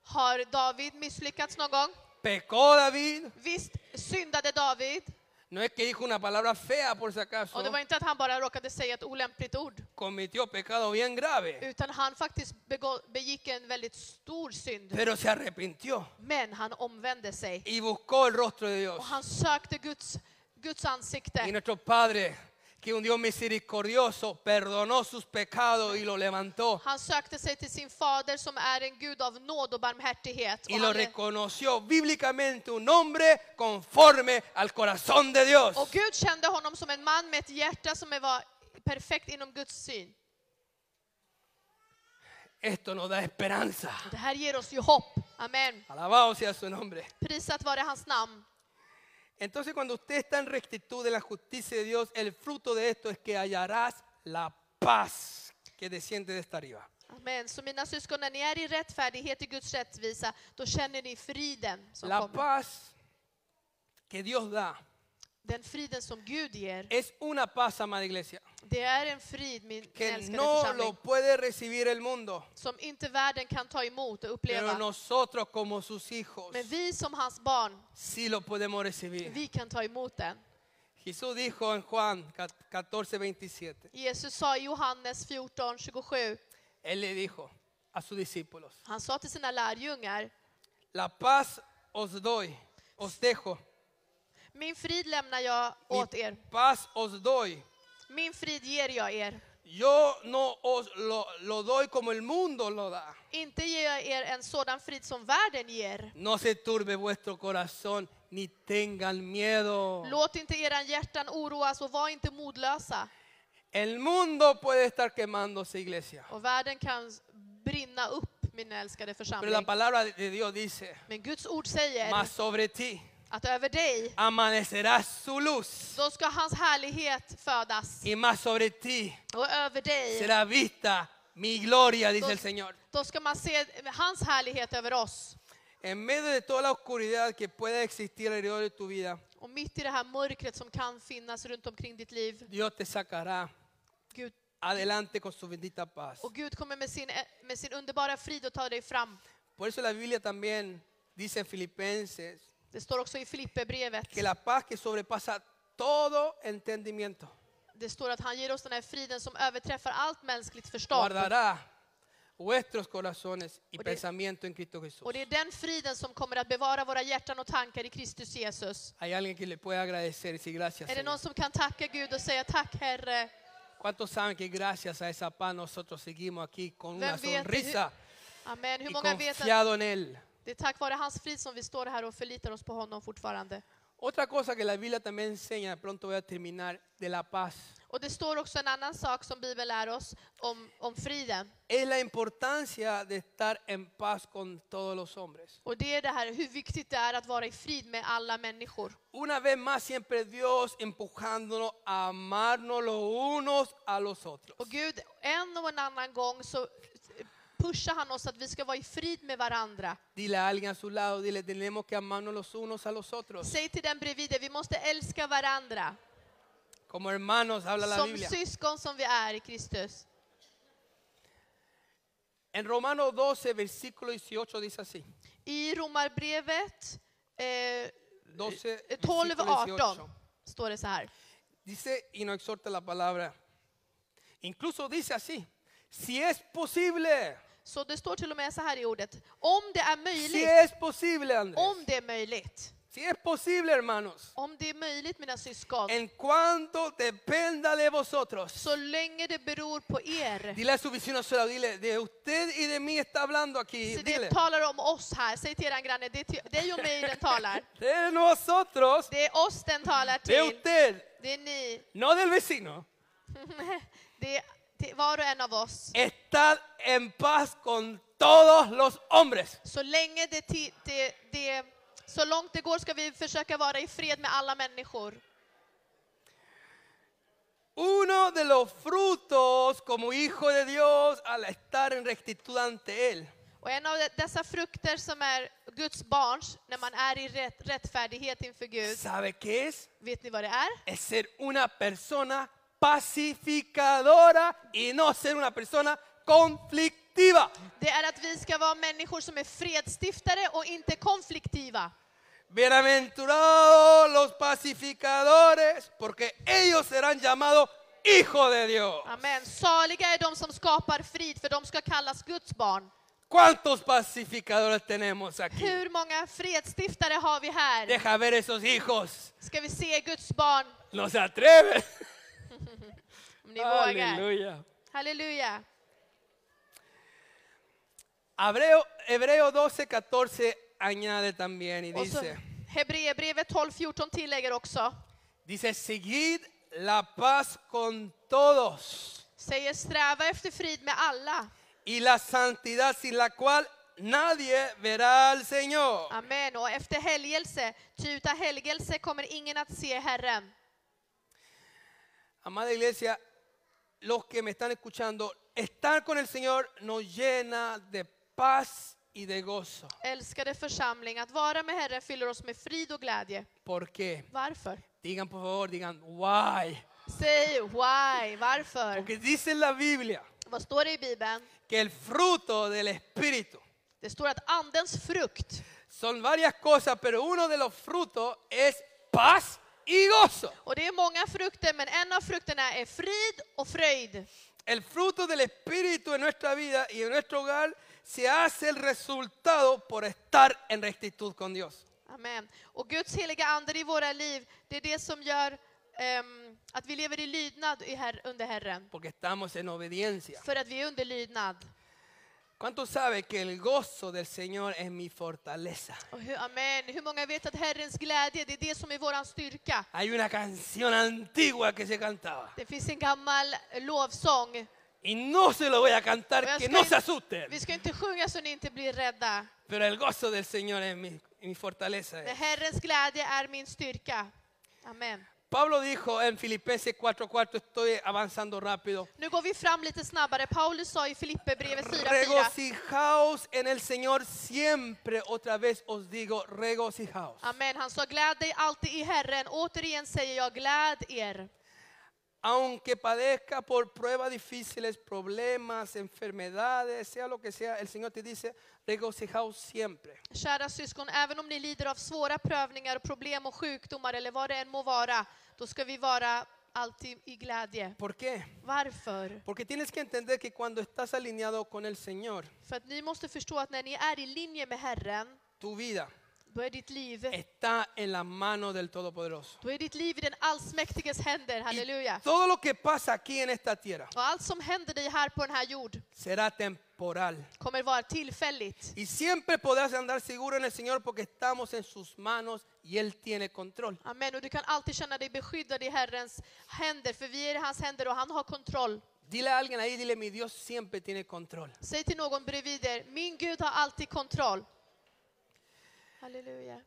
Speaker 2: har David misslyckats någon gång?
Speaker 1: ¿Pecó David?
Speaker 2: Visst syndade David,
Speaker 1: No es que dijo una palabra fea por si acaso.
Speaker 2: och det var inte att han bara råkade säga ett olämpligt ord,
Speaker 1: Cometió pecado bien grave,
Speaker 2: utan han faktiskt begå, begick en väldigt stor synd.
Speaker 1: pero se arrepintió
Speaker 2: Men han omvände sig
Speaker 1: y buscó el rostro de Dios.
Speaker 2: och han sökte Guds, Guds
Speaker 1: Y
Speaker 2: ansikte.
Speaker 1: nuestro Padre, que un Dios misericordioso, perdonó sus pecados y lo levantó
Speaker 2: Han sökte sig till sin fader som är en Gud av nåd och barmhärtighet.
Speaker 1: y
Speaker 2: Och,
Speaker 1: lo
Speaker 2: han,
Speaker 1: reconoció bíblicamente un hombre conforme al corazón de Dios.
Speaker 2: och Gud kände honom som en man med ett hjärta som var perfekt inom Guds syn.
Speaker 1: Esto nos da esperanza.
Speaker 2: Det här ger oss ju hopp. Amen.
Speaker 1: Alabado sea su nombre.
Speaker 2: Prisat vare hans namn.
Speaker 1: Entonces cuando usted está en rectitud de la justicia de Dios, el fruto de esto es que hallarás la paz que desciende de esta arriba.
Speaker 2: Amen. Så mina syskon, när ni är i rättfärdighet i Guds rättvisa, då känner ni friden som
Speaker 1: La
Speaker 2: kommer.
Speaker 1: paz que Dios da
Speaker 2: Den friden som Gud ger.
Speaker 1: es una paz, amada iglesia,
Speaker 2: Det är en frid, min
Speaker 1: que
Speaker 2: älskade
Speaker 1: no lo
Speaker 2: församling,
Speaker 1: puede recibir el mundo,
Speaker 2: som inte världen kan ta emot och
Speaker 1: pero
Speaker 2: uppleva.
Speaker 1: nosotros como sus hijos
Speaker 2: Men vi som hans barn,
Speaker 1: sí lo podemos recibir.
Speaker 2: vi kan ta emot den.
Speaker 1: Jesús dijo en Juan 14, 27,
Speaker 2: Jesus sa i Johannes 14, 27,
Speaker 1: Él le dijo a sus discípulos,
Speaker 2: han sa till sina lärjungar,
Speaker 1: la paz os doy, os dejo,
Speaker 2: min frid lämnar jag
Speaker 1: mi
Speaker 2: åt er,
Speaker 1: paz os doy.
Speaker 2: min frid ger jag er.
Speaker 1: Yo no os lo, lo doy como el mundo lo da.
Speaker 2: Inte ger jag er en sådan frid som världen ger.
Speaker 1: No se turbe vuestro corazón ni tengan miedo.
Speaker 2: Låt inte eran hjärtan oroas och var inte modlösa.
Speaker 1: El mundo puede estar quemándose, iglesia.
Speaker 2: Och världen kan brinna upp, min älskade
Speaker 1: Pero la
Speaker 2: församling.
Speaker 1: palabra de Dios dice,
Speaker 2: Men Guds ord säger
Speaker 1: mas sobre ti
Speaker 2: att över dig,
Speaker 1: amanecerá su luz
Speaker 2: då ska hans härlighet födas.
Speaker 1: y más sobre ti
Speaker 2: Och över dig,
Speaker 1: será vista mi gloria, dice el Señor.
Speaker 2: då ska man se hans härlighet över oss.
Speaker 1: En medio de toda la oscuridad que pueda existir alrededor de tu vida,
Speaker 2: Och mitt i det här mörkret som kan finnas runt omkring ditt liv,
Speaker 1: Dios te sacará
Speaker 2: Gud,
Speaker 1: adelante con su bendita paz.
Speaker 2: och Gud kommer med sin, med sin underbara frid och tar dig fram.
Speaker 1: Por eso la Biblia también dice en Filipenses
Speaker 2: Det står också i Filipperbrevet
Speaker 1: que la paz que sobrepasa todo entendimiento.
Speaker 2: Det står att han ger oss den här friden som överträffar allt mänskligt förstånd.
Speaker 1: Guardará vuestros corazones y
Speaker 2: Och det-
Speaker 1: pensamiento en Cristo Jesús.
Speaker 2: Och det är den friden som kommer att bevara våra hjärtan och tankar i Kristus Jesus.
Speaker 1: Hay alguien que le puede agradecer y decir gracias.
Speaker 2: Är det
Speaker 1: Señor.
Speaker 2: någon som kan tacka Gud och säga tack Herre?
Speaker 1: ¿Cuántos saben que gracias a esa paz nosotros seguimos aquí con una
Speaker 2: Vem vet
Speaker 1: sonrisa
Speaker 2: Amen. Hur
Speaker 1: y
Speaker 2: många vet att
Speaker 1: confiado en Él?
Speaker 2: det är tack vare hans frid som vi står här och förlitar oss på honom fortfarande?
Speaker 1: Otra cosa que la Biblia también enseña, pronto voy a terminar, de la paz,
Speaker 2: Och det står också en annan sak som Bibeln lär oss om, om friden.
Speaker 1: es la importancia de estar en paz con todos los hombres.
Speaker 2: Och det är det här hur viktigt det är att vara i frid med alla människor.
Speaker 1: Una vez más, siempre Dios empujándonos a amarnos los unos a los otros.
Speaker 2: Och Gud, en och en annan gång så pushar han oss att vi ska vara i frid med varandra.
Speaker 1: Dile a alguien a su lado, dile, tenemos que amarnos los unos a los otros.
Speaker 2: Säg till den bredvid dig, vi måste älska varandra.
Speaker 1: Como hermanos, habla la
Speaker 2: Som
Speaker 1: Biblia.
Speaker 2: syskon som vi är i Kristus.
Speaker 1: En Romanos 12, versículo 18 dice así.
Speaker 2: I Romarbrevet eh,
Speaker 1: 12, versículo
Speaker 2: 12.18
Speaker 1: 18.
Speaker 2: står det så här.
Speaker 1: Dice y nos exhorta la palabra. Incluso dice así, si es posible,
Speaker 2: Så det står till och med så här i ordet. Om det är
Speaker 1: si
Speaker 2: möjligt,
Speaker 1: es posible, Andrés,
Speaker 2: om det är möjligt,
Speaker 1: si es posible, hermanos,
Speaker 2: om det är möjligt mina syskon,
Speaker 1: en cuanto dependa de vosotros.
Speaker 2: så länge det beror på er.
Speaker 1: Dile a su vecino a su lado, dile, de usted y de mí está hablando aquí.
Speaker 2: Så
Speaker 1: Dile,
Speaker 2: det talar om oss här, säg till eran granne, det är till dig och mig den talar.
Speaker 1: de nosotros,
Speaker 2: Det är oss den talar
Speaker 1: de
Speaker 2: till,
Speaker 1: usted,
Speaker 2: det är ni,
Speaker 1: no del vecino.
Speaker 2: det är till var och en av oss.
Speaker 1: Estad en paz con todos los hombres.
Speaker 2: Så länge det, ti- det, det, så långt det går ska vi försöka vara i fred med alla människor.
Speaker 1: Uno de los frutos como hijo de Dios al estar en rectitud ante Él
Speaker 2: Och en av de- dessa frukter som är Guds barns, när man är i rätt, rättfärdighet inför Gud,
Speaker 1: ¿Sabe qué es?
Speaker 2: vet ni vad det är?
Speaker 1: Es ser una persona pacificadora y no ser una persona conflictiva.
Speaker 2: Det är att vi ska vara människor som är fredstiftare och inte konfliktiva.
Speaker 1: Bienaventurados los pacificadores, porque ellos serán llamados hijos de Dios.
Speaker 2: Amen. Saliga är de som skapar frid, för de ska kallas Guds barn.
Speaker 1: ¿Cuántos pacificadores tenemos aquí?
Speaker 2: Hur många fredstiftare har vi här?
Speaker 1: Deja ver esos hijos.
Speaker 2: Ska vi se Guds barn?
Speaker 1: No se atreven.
Speaker 2: Om ni vågar.
Speaker 1: Aleluya.
Speaker 2: Halleluja.
Speaker 1: Hebreo, Hebreo 12, 14 añade también y
Speaker 2: Och så
Speaker 1: dice,
Speaker 2: Hebreerbrevet 12.14 tillägger också.
Speaker 1: dice, seguid la paz con todos
Speaker 2: Säger sträva efter frid med alla.
Speaker 1: y la santidad sin la cual nadie verá al Señor.
Speaker 2: Amen. Och efter helgelse, ty utan helgelse kommer ingen att se Herren.
Speaker 1: Amada iglesia, los que me están escuchando, estar con el Señor nos llena de paz y de gozo.
Speaker 2: Älskade församling, att vara med Herren fyller oss med frid och glädje.
Speaker 1: ¿Por qué?
Speaker 2: Varför?
Speaker 1: Digan por favor, digan, why.
Speaker 2: Säg why, varför?
Speaker 1: Porque dice la Biblia
Speaker 2: Vad står det i Bibeln?
Speaker 1: que el fruto del Espíritu
Speaker 2: Det står att andens frukt,
Speaker 1: Son varias cosas, pero uno de los frutos es paz y gozo.
Speaker 2: och det är många frukter, men en av frukterna är frid och fröjd.
Speaker 1: El fruto del Espíritu en nuestra vida y en nuestro hogar se hace el resultado por estar en rectitud con Dios.
Speaker 2: Amen. Och Guds heliga ande i våra liv, det är det som gör ehm, att vi lever i lydnad i herr, under Herren.
Speaker 1: Porque estamos en obediencia.
Speaker 2: För att vi är under lydnad.
Speaker 1: ¿Cuánto sabe que el gozo del Señor es mi fortaleza?
Speaker 2: Och hur, amen. Hur många vet att Herrens glädje, det är det som är våran styrka?
Speaker 1: Hay una canción antigua que se cantaba.
Speaker 2: Det finns en gammal lovsång.
Speaker 1: Y no se lo voy a
Speaker 2: Och
Speaker 1: cantar,
Speaker 2: jag
Speaker 1: que
Speaker 2: ska
Speaker 1: no
Speaker 2: in-
Speaker 1: se asusten.
Speaker 2: Vi ska inte sjunga så ni inte blir rädda.
Speaker 1: Pero el gozo del Señor es mi, mi fortaleza.
Speaker 2: Men Herrens glädje är min styrka. Amen.
Speaker 1: Pablo dijo en Filipenses 4:4, estoy avanzando rápido.
Speaker 2: Nu går vi fram lite snabbare. Paulus sa i Filipperbrevet 4.4.
Speaker 1: Regocijaos en el Señor siempre. Otra vez os digo, regocijaos.
Speaker 2: Amen. Han sa gläd dig alltid i Herren. Återigen säger jag gläd er.
Speaker 1: aunque padezca por pruebas difíciles, problemas, enfermedades, sea lo que sea, el Señor te dice, regocijaos siempre.
Speaker 2: Kära syskon, även om ni lider av svåra prövningar, problem och sjukdomar eller vad det än må vara, då ska vi vara alltid i glädje.
Speaker 1: ¿Por qué?
Speaker 2: Varför?
Speaker 1: Porque tienes que entender que cuando estás alineado con el Señor,
Speaker 2: För att ni måste förstå att när ni är i linje med Herren,
Speaker 1: tu vida
Speaker 2: då är ditt liv,
Speaker 1: está en la mano del Todopoderoso.
Speaker 2: då är ditt liv i den allsmäktiges händer, halleluja.
Speaker 1: Y todo lo que pasa aquí en esta tierra
Speaker 2: Och allt som händer dig här på den här jord
Speaker 1: será temporal.
Speaker 2: kommer vara tillfälligt.
Speaker 1: Y siempre podrás andar seguro en el Señor porque estamos en sus manos y Él tiene control.
Speaker 2: Amen. Och du kan alltid känna dig beskyddad i Herrens händer, för vi är i hans händer och han har kontroll.
Speaker 1: Dile a alguien ahí, dile, mi Dios siempre tiene control.
Speaker 2: Säg till någon bredvid er, min Gud har alltid kontroll. Halleluja.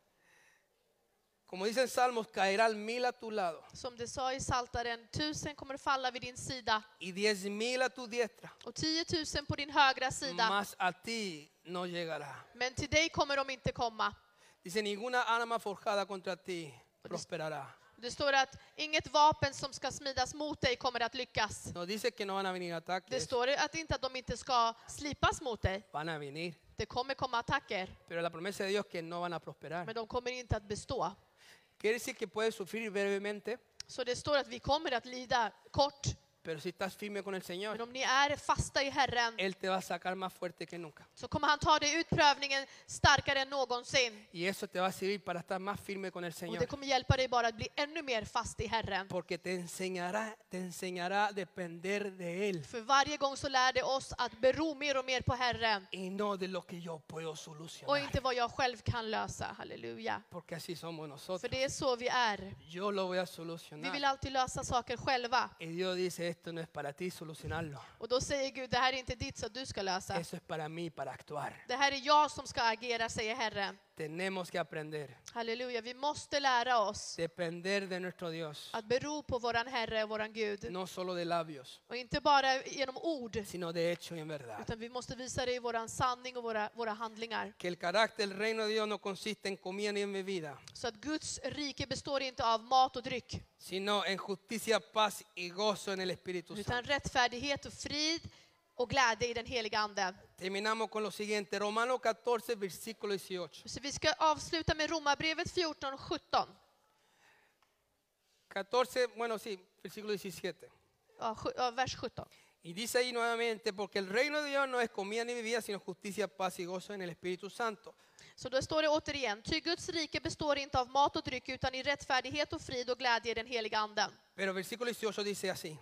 Speaker 1: Como dicen Salmos, caerá el mil a tu lado
Speaker 2: Som det sa i Saltaren, tusen kommer falla vid din sida
Speaker 1: y diez mil a tu diestra,
Speaker 2: och 10 000 på din högra sida,
Speaker 1: mas a ti no llegará.
Speaker 2: men till dig kommer de inte komma.
Speaker 1: Dice, ninguna arma forjada contra ti prosperará.
Speaker 2: Det står att inget vapen som ska smidas mot dig kommer att lyckas.
Speaker 1: Nos dice que no van a venir
Speaker 2: Det
Speaker 1: ataques,
Speaker 2: står att inte att de inte ska slipas mot dig.
Speaker 1: van a venir,
Speaker 2: Det kommer komma attacker,
Speaker 1: pero la promesa de Dios es que no van a prosperar.
Speaker 2: men de kommer inte att bestå.
Speaker 1: Quiere decir que puedes sufrir brevemente,
Speaker 2: Så det står att vi kommer att lida kort,
Speaker 1: pero si estás firme con el
Speaker 2: men
Speaker 1: Señor,
Speaker 2: om ni är fasta i Herren
Speaker 1: Él te va a sacar más fuerte que nunca.
Speaker 2: så kommer han ta dig ut prövningen starkare än någonsin.
Speaker 1: Y eso te va a servir para estar más firme con el
Speaker 2: Och det
Speaker 1: Señor.
Speaker 2: kommer hjälpa dig bara att bli ännu mer fast i Herren.
Speaker 1: Porque te enseñará, te enseñará a depender de Él
Speaker 2: För varje gång så lär det oss att bero mer och mer på Herren
Speaker 1: y no de lo que yo puedo
Speaker 2: och
Speaker 1: solucionar.
Speaker 2: inte vad jag själv kan lösa. Halleluja.
Speaker 1: Porque así somos
Speaker 2: För
Speaker 1: nosotros.
Speaker 2: det är så vi är.
Speaker 1: Yo lo voy a
Speaker 2: Vi
Speaker 1: solucionar.
Speaker 2: vill alltid lösa saker själva.
Speaker 1: Y Dios dice, esto no es para ti solucionarlo.
Speaker 2: Och då säger Gud, det här är inte ditt så att du ska lösa.
Speaker 1: Eso es para mí, para actuar.
Speaker 2: Det här är jag som ska agera, säger Herren.
Speaker 1: Tenemos que aprender,
Speaker 2: Halleluja, vi måste lära oss
Speaker 1: depender de nuestro Dios.
Speaker 2: att bero på våran Herre och våran Gud.
Speaker 1: No solo de labios,
Speaker 2: Och inte bara genom ord,
Speaker 1: sino de hecho y en verdad.
Speaker 2: utan vi måste visa det i våran sanning och våra, våra handlingar.
Speaker 1: Que el carácter del reino de Dios no consiste en comida ni en bebida,
Speaker 2: Så att Guds rike består inte av mat och dryck,
Speaker 1: sino en justicia, paz y gozo en el Espíritu Santo.
Speaker 2: utan rättfärdighet och frid och glädje i den heliga Ande.
Speaker 1: Terminamos con lo siguiente, Romano 14, versículo 18.
Speaker 2: Så vi ska avsluta med Romarbrevet 14 och 17.
Speaker 1: 14, bueno, sí, versículo 17.
Speaker 2: Ja, sju- ja, vers 17.
Speaker 1: Y dice ahí nuevamente, porque el reino de Dios no es comida ni bebida, sino justicia, paz y gozo en el Espíritu Santo.
Speaker 2: Så då står det återigen, ty Guds rike består inte av mat och dryck utan i rättfärdighet och frid och glädje i den heliga Anden.
Speaker 1: Pero versículo 18 dice así,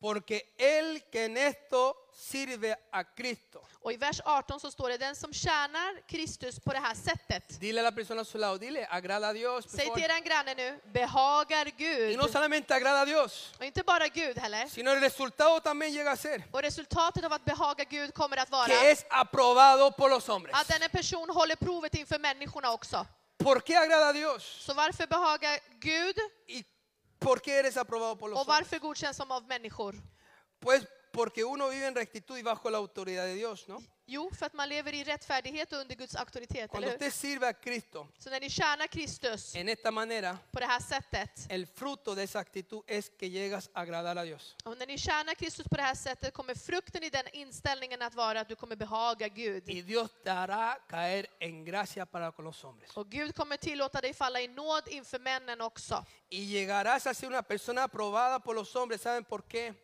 Speaker 1: porque el que en esto sirve a Cristo.
Speaker 2: Och i vers 18 så står det, den som tjänar Kristus på det här sättet.
Speaker 1: Dile a la persona a su lado, dile, agrada a Dios. por
Speaker 2: Säg
Speaker 1: favor.
Speaker 2: till eran granne nu, behagar
Speaker 1: Y no
Speaker 2: Gud.
Speaker 1: solamente agrada a Dios,
Speaker 2: Och inte bara Gud heller.
Speaker 1: sino el resultado también llega a ser
Speaker 2: Och resultatet av att behaga Gud kommer att vara
Speaker 1: que es aprobado por los hombres.
Speaker 2: att denna person håller provet inför människorna också.
Speaker 1: ¿Por qué agrada a Dios?
Speaker 2: Så varför behagar Gud
Speaker 1: ¿Y por qué eres aprobado por los
Speaker 2: och
Speaker 1: hombres?
Speaker 2: varför godkänns de av människor?
Speaker 1: Pues porque uno vive en rectitud y bajo la autoridad de Dios, ¿no?
Speaker 2: Jo, för att man lever i rättfärdighet och under Guds auktoritet,
Speaker 1: Cuando
Speaker 2: eller hur?
Speaker 1: usted sirve a Cristo
Speaker 2: Så när ni tjänar Kristus
Speaker 1: en esta manera,
Speaker 2: på det här sättet,
Speaker 1: el fruto de esa actitud es que llegas a agradar a Dios.
Speaker 2: och när ni tjänar Kristus på det här sättet kommer frukten i den inställningen att vara att du kommer behaga Gud.
Speaker 1: Y Dios te hará caer en gracia para con los hombres.
Speaker 2: Och Gud kommer tillåta dig falla i nåd inför männen också.
Speaker 1: Y llegarás a ser una persona aprobada por los hombres. ¿Saben por qué?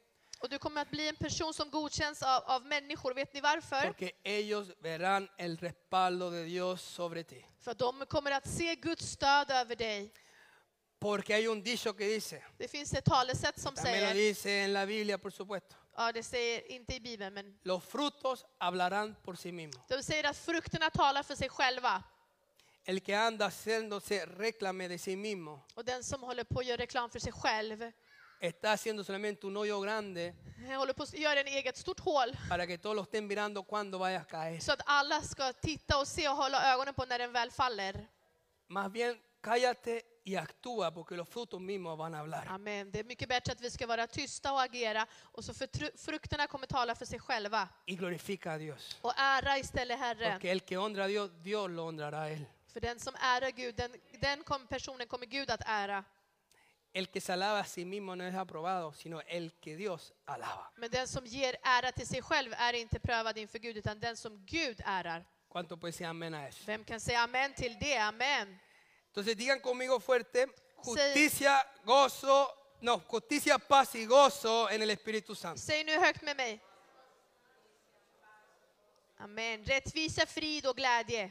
Speaker 2: Och du kommer att bli en person som godkänns av, av människor. Vet ni varför?
Speaker 1: Porque ellos verán el respaldo de Dios sobre ti.
Speaker 2: För att de kommer att se Guds stöd över dig.
Speaker 1: Porque hay un dicho que dice,
Speaker 2: Det finns ett talesätt som
Speaker 1: también lo
Speaker 2: säger,
Speaker 1: dice en la Biblia, por supuesto,
Speaker 2: ja det säger inte i Bibeln, men
Speaker 1: los frutos hablarán por sí mismos.
Speaker 2: de säger att frukterna talar för sig själva.
Speaker 1: El que anda haciéndose reclame de sí mismo
Speaker 2: Och den som håller på att göra reklam för sig själv,
Speaker 1: está haciendo solamente un hoyo grande
Speaker 2: eh, håller på att göra en eget stort hål.
Speaker 1: para que todos lo estén mirando cuando vayas a caer.
Speaker 2: Så att alla ska titta och se och hålla ögonen på när den väl faller.
Speaker 1: Más bien, cállate y actúa porque los frutos mismos van a hablar.
Speaker 2: Amen. Det är mycket bättre att vi ska vara tysta och agera och så förtru- frukterna kommer tala för sig själva.
Speaker 1: Y glorifica a Dios.
Speaker 2: Och ära istället Herren.
Speaker 1: Porque el que honra a Dios, Dios lo honrará a él.
Speaker 2: För den som ärar Gud, den, den kom, personen kommer Gud att ära.
Speaker 1: el que se alaba a sí mismo no es aprobado, sino el que Dios alaba.
Speaker 2: Men den som ger ära till sig själv är inte prövad inför Gud, utan den som Gud ärar.
Speaker 1: ¿Cuánto puede decir amén a eso?
Speaker 2: Vem kan säga amen till det? Amen.
Speaker 1: Entonces digan conmigo fuerte, justicia, gozo, no, justicia, paz y gozo en el Espíritu Santo.
Speaker 2: Säg nu högt med mig. Amen. Rättvisa, frid och glädje.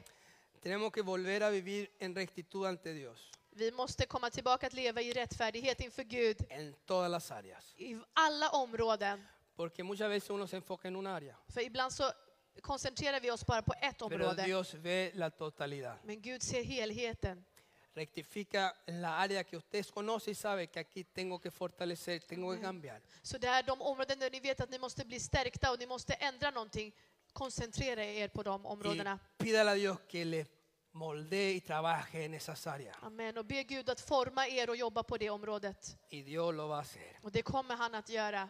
Speaker 1: Tenemos que volver a vivir en rectitud ante Dios,
Speaker 2: Vi måste komma tillbaka att leva i rättfärdighet inför Gud
Speaker 1: en todas las áreas.
Speaker 2: i alla områden.
Speaker 1: Porque muchas veces uno se enfoca en un área,
Speaker 2: För ibland så koncentrerar vi oss bara på ett
Speaker 1: pero
Speaker 2: område.
Speaker 1: Dios ve la totalidad.
Speaker 2: Men Gud ser helheten.
Speaker 1: Rectifica la área que usted conoce y sabe que aquí tengo que fortalecer, tengo que cambiar.
Speaker 2: Så det är de områden där ni vet att ni måste bli stärkta och ni måste ändra någonting. Koncentrera er på de
Speaker 1: Y
Speaker 2: områdena.
Speaker 1: pídale a Dios que le moldee y trabaje en esas áreas.
Speaker 2: Amen. Och be Gud att forma er och jobba på det området.
Speaker 1: Y Dios lo va a hacer.
Speaker 2: Och det kommer han att göra.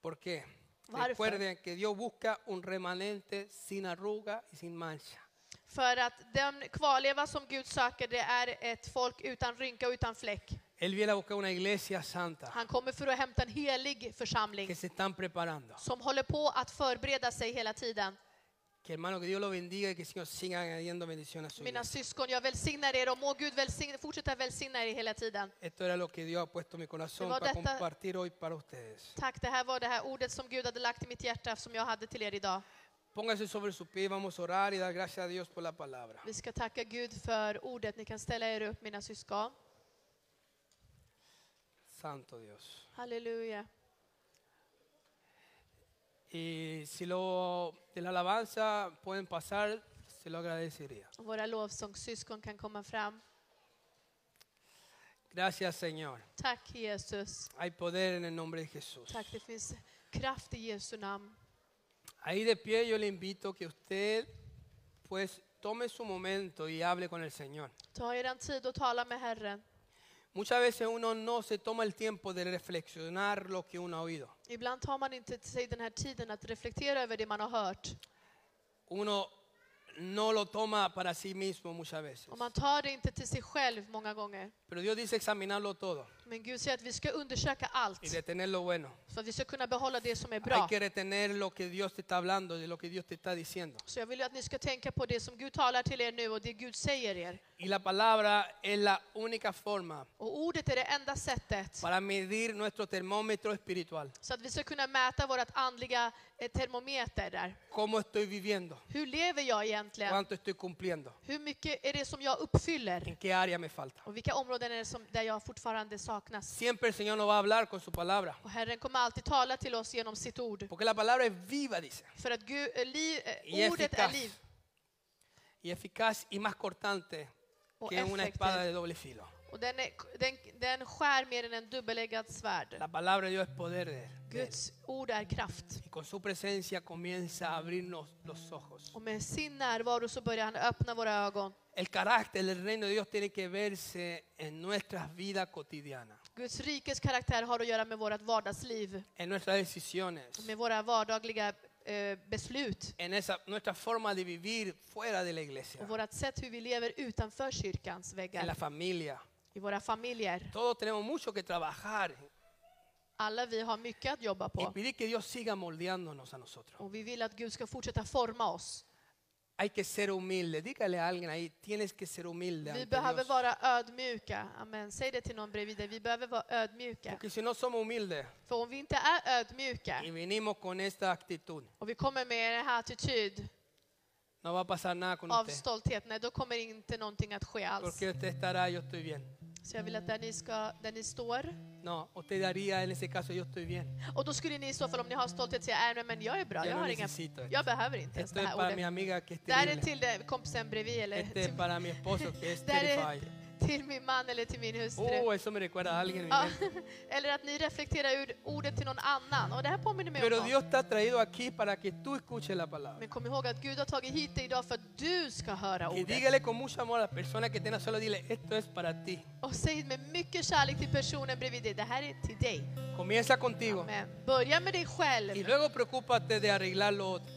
Speaker 1: ¿Por qué?
Speaker 2: Varför?
Speaker 1: Recuerden que Dios busca un remanente sin arruga y sin mancha.
Speaker 2: För att den kvarleva som Gud söker, det är ett folk utan rynka och utan fläck.
Speaker 1: Él viene a buscar una iglesia santa
Speaker 2: Han kommer för att hämta en helig församling
Speaker 1: que se están preparando.
Speaker 2: som håller på att förbereda sig hela tiden.
Speaker 1: Que hermano, que Dios lo bendiga y que el Señor siga añadiendo bendiciones a su vida.
Speaker 2: Mina syskon, jag välsignar er och må Gud välsigna, fortsätta välsigna er hela tiden.
Speaker 1: Esto era lo que Dios ha puesto en mi corazón
Speaker 2: Señor,
Speaker 1: para
Speaker 2: de esta-
Speaker 1: compartir hoy para ustedes.
Speaker 2: Tack, det här var det här ordet som Gud hade lagt i mitt hjärta som jag hade till er idag.
Speaker 1: Póngase sobre su pie, vamos a orar y dar gracias a Dios por la palabra.
Speaker 2: Vi ska tacka Gud för ordet. Ni kan ställa er upp, mina syskon.
Speaker 1: Santo Dios.
Speaker 2: Halleluja.
Speaker 1: Y si lo de la alabanza pueden pasar, se lo agradecería.
Speaker 2: Och Våra lovsångssyskon kan komma fram.
Speaker 1: Gracias, Señor.
Speaker 2: Tack Jesus.
Speaker 1: Hay poder en el nombre de Jesús.
Speaker 2: Tack, det finns kraft i Jesu namn.
Speaker 1: Ahí de pie yo le invito que usted pues tome su momento y hable con el Señor.
Speaker 2: Ta er en tid och tala med Herren.
Speaker 1: Muchas veces uno no se toma el tiempo de reflexionar lo que uno ha oído.
Speaker 2: Ibland tar man inte till sig den här tiden att reflektera över det man har hört.
Speaker 1: Uno no lo toma para sí mismo muchas veces.
Speaker 2: Och man tar det inte till sig själv många gånger.
Speaker 1: Pero Dios dice examinarlo todo
Speaker 2: Men Gud säger att vi ska undersöka
Speaker 1: y
Speaker 2: allt.
Speaker 1: retener lo bueno.
Speaker 2: För att vi ska kunna behålla det som är
Speaker 1: Hay
Speaker 2: bra.
Speaker 1: que retener lo que Dios te está hablando, de lo que Dios te está diciendo.
Speaker 2: Så jag vill att ni ska tänka på det som Gud talar till er nu och det Gud säger er.
Speaker 1: Y la palabra es la única forma
Speaker 2: Och ordet är det enda sättet.
Speaker 1: para medir nuestro termómetro espiritual.
Speaker 2: Så att vi ska kunna mäta vårt andliga eh, termometer där.
Speaker 1: ¿Cómo estoy viviendo?
Speaker 2: Hur lever jag egentligen?
Speaker 1: ¿Cuánto estoy cumpliendo?
Speaker 2: Hur mycket är det som jag uppfyller?
Speaker 1: ¿En qué área me falta?
Speaker 2: Och vilka områden är det som, där jag fortfarande saknas?
Speaker 1: Siempre el Señor nos va a hablar con su palabra.
Speaker 2: Och Herren kommer alltid tala till oss genom sitt ord.
Speaker 1: Porque la palabra es viva, dice.
Speaker 2: För att Gud, eh, liv, eh,
Speaker 1: Y
Speaker 2: ordet är
Speaker 1: eficaz.
Speaker 2: liv.
Speaker 1: Y eficaz y más cortante
Speaker 2: O
Speaker 1: que una
Speaker 2: efective.
Speaker 1: espada de doble filo.
Speaker 2: Och den, är, den, den skär mer än en dubbeläggad svärd.
Speaker 1: La palabra de Dios es poder de de él.
Speaker 2: Guds ord är kraft.
Speaker 1: Y con su presencia comienza a abrirnos los ojos.
Speaker 2: Och med sin närvaro så börjar han öppna våra ögon.
Speaker 1: El carácter del reino de Dios tiene que verse en nuestras vidas cotidianas,
Speaker 2: Guds rikes karaktär har att göra med vårt vardagsliv,
Speaker 1: en nuestras decisiones,
Speaker 2: med våra vardagliga eh, beslut
Speaker 1: en esa, nuestra forma de vivir fuera de la
Speaker 2: och
Speaker 1: iglesia,
Speaker 2: vårt sätt hur vi lever utanför kyrkans
Speaker 1: en la
Speaker 2: väggar,
Speaker 1: familia.
Speaker 2: i våra familjer.
Speaker 1: Todos tenemos mucho que trabajar
Speaker 2: Alla vi har mycket att jobba
Speaker 1: y
Speaker 2: på
Speaker 1: pedir que Dios siga moldeándonos a nosotros.
Speaker 2: och vi vill att Gud ska fortsätta forma oss.
Speaker 1: Hay que ser humilde. Dígale a alguien ahí, tienes que ser humilde.
Speaker 2: Vi
Speaker 1: ante
Speaker 2: behöver
Speaker 1: Dios.
Speaker 2: vara ödmjuka. Amen. Säg det till någon bredvid dig. Vi behöver vara ödmjuka.
Speaker 1: Porque si no somos humildes
Speaker 2: För om vi inte är ödmjuka
Speaker 1: y vinimos con esta actitud,
Speaker 2: och vi kommer med den här attityd
Speaker 1: no va a pasar nada con
Speaker 2: av
Speaker 1: usted.
Speaker 2: stolthet, nej då kommer inte någonting att ske alls.
Speaker 1: Porque usted estará, yo estoy bien.
Speaker 2: Så jag vill att där ni, ska, där ni står,
Speaker 1: No, usted daría en ese caso, yo estoy bien.
Speaker 2: och då skulle ni i så fall om ni har stolthet säga, "Nej, nej men jag är bra,
Speaker 1: Jag
Speaker 2: jag,
Speaker 1: har
Speaker 2: har
Speaker 1: en
Speaker 2: inga,
Speaker 1: necesito esto."
Speaker 2: jag behöver inte ens
Speaker 1: Esto
Speaker 2: det
Speaker 1: es
Speaker 2: här
Speaker 1: para mi
Speaker 2: ordet.
Speaker 1: amiga que es
Speaker 2: Det här är
Speaker 1: terrible.
Speaker 2: till den kompisen bredvid eller
Speaker 1: Este es
Speaker 2: till,
Speaker 1: para mi esposo que es
Speaker 2: det här är
Speaker 1: terrified.
Speaker 2: till min man eller till min hustru.
Speaker 1: Oh, eso me recuerda a alguien. en mi
Speaker 2: Ja.
Speaker 1: mente.
Speaker 2: Eller att ni reflekterar ur ordet till någon annan. Och det här påminner mig om
Speaker 1: Pero
Speaker 2: någon.
Speaker 1: Dios te ha traído aquí para que tú escuches la palabra.
Speaker 2: Men kom ihåg att Gud har tagit hit dig idag för att du ska höra
Speaker 1: Y
Speaker 2: ordet.
Speaker 1: dígale con mucho amor a la persona que tiene solo, dile, esto es para ti.
Speaker 2: Och säg med mycket kärlek till personen bredvid dig, det här är till dig.
Speaker 1: Comienza contigo
Speaker 2: Men börja med dig
Speaker 1: y
Speaker 2: själv.
Speaker 1: luego preocúpate de arreglar lo otro.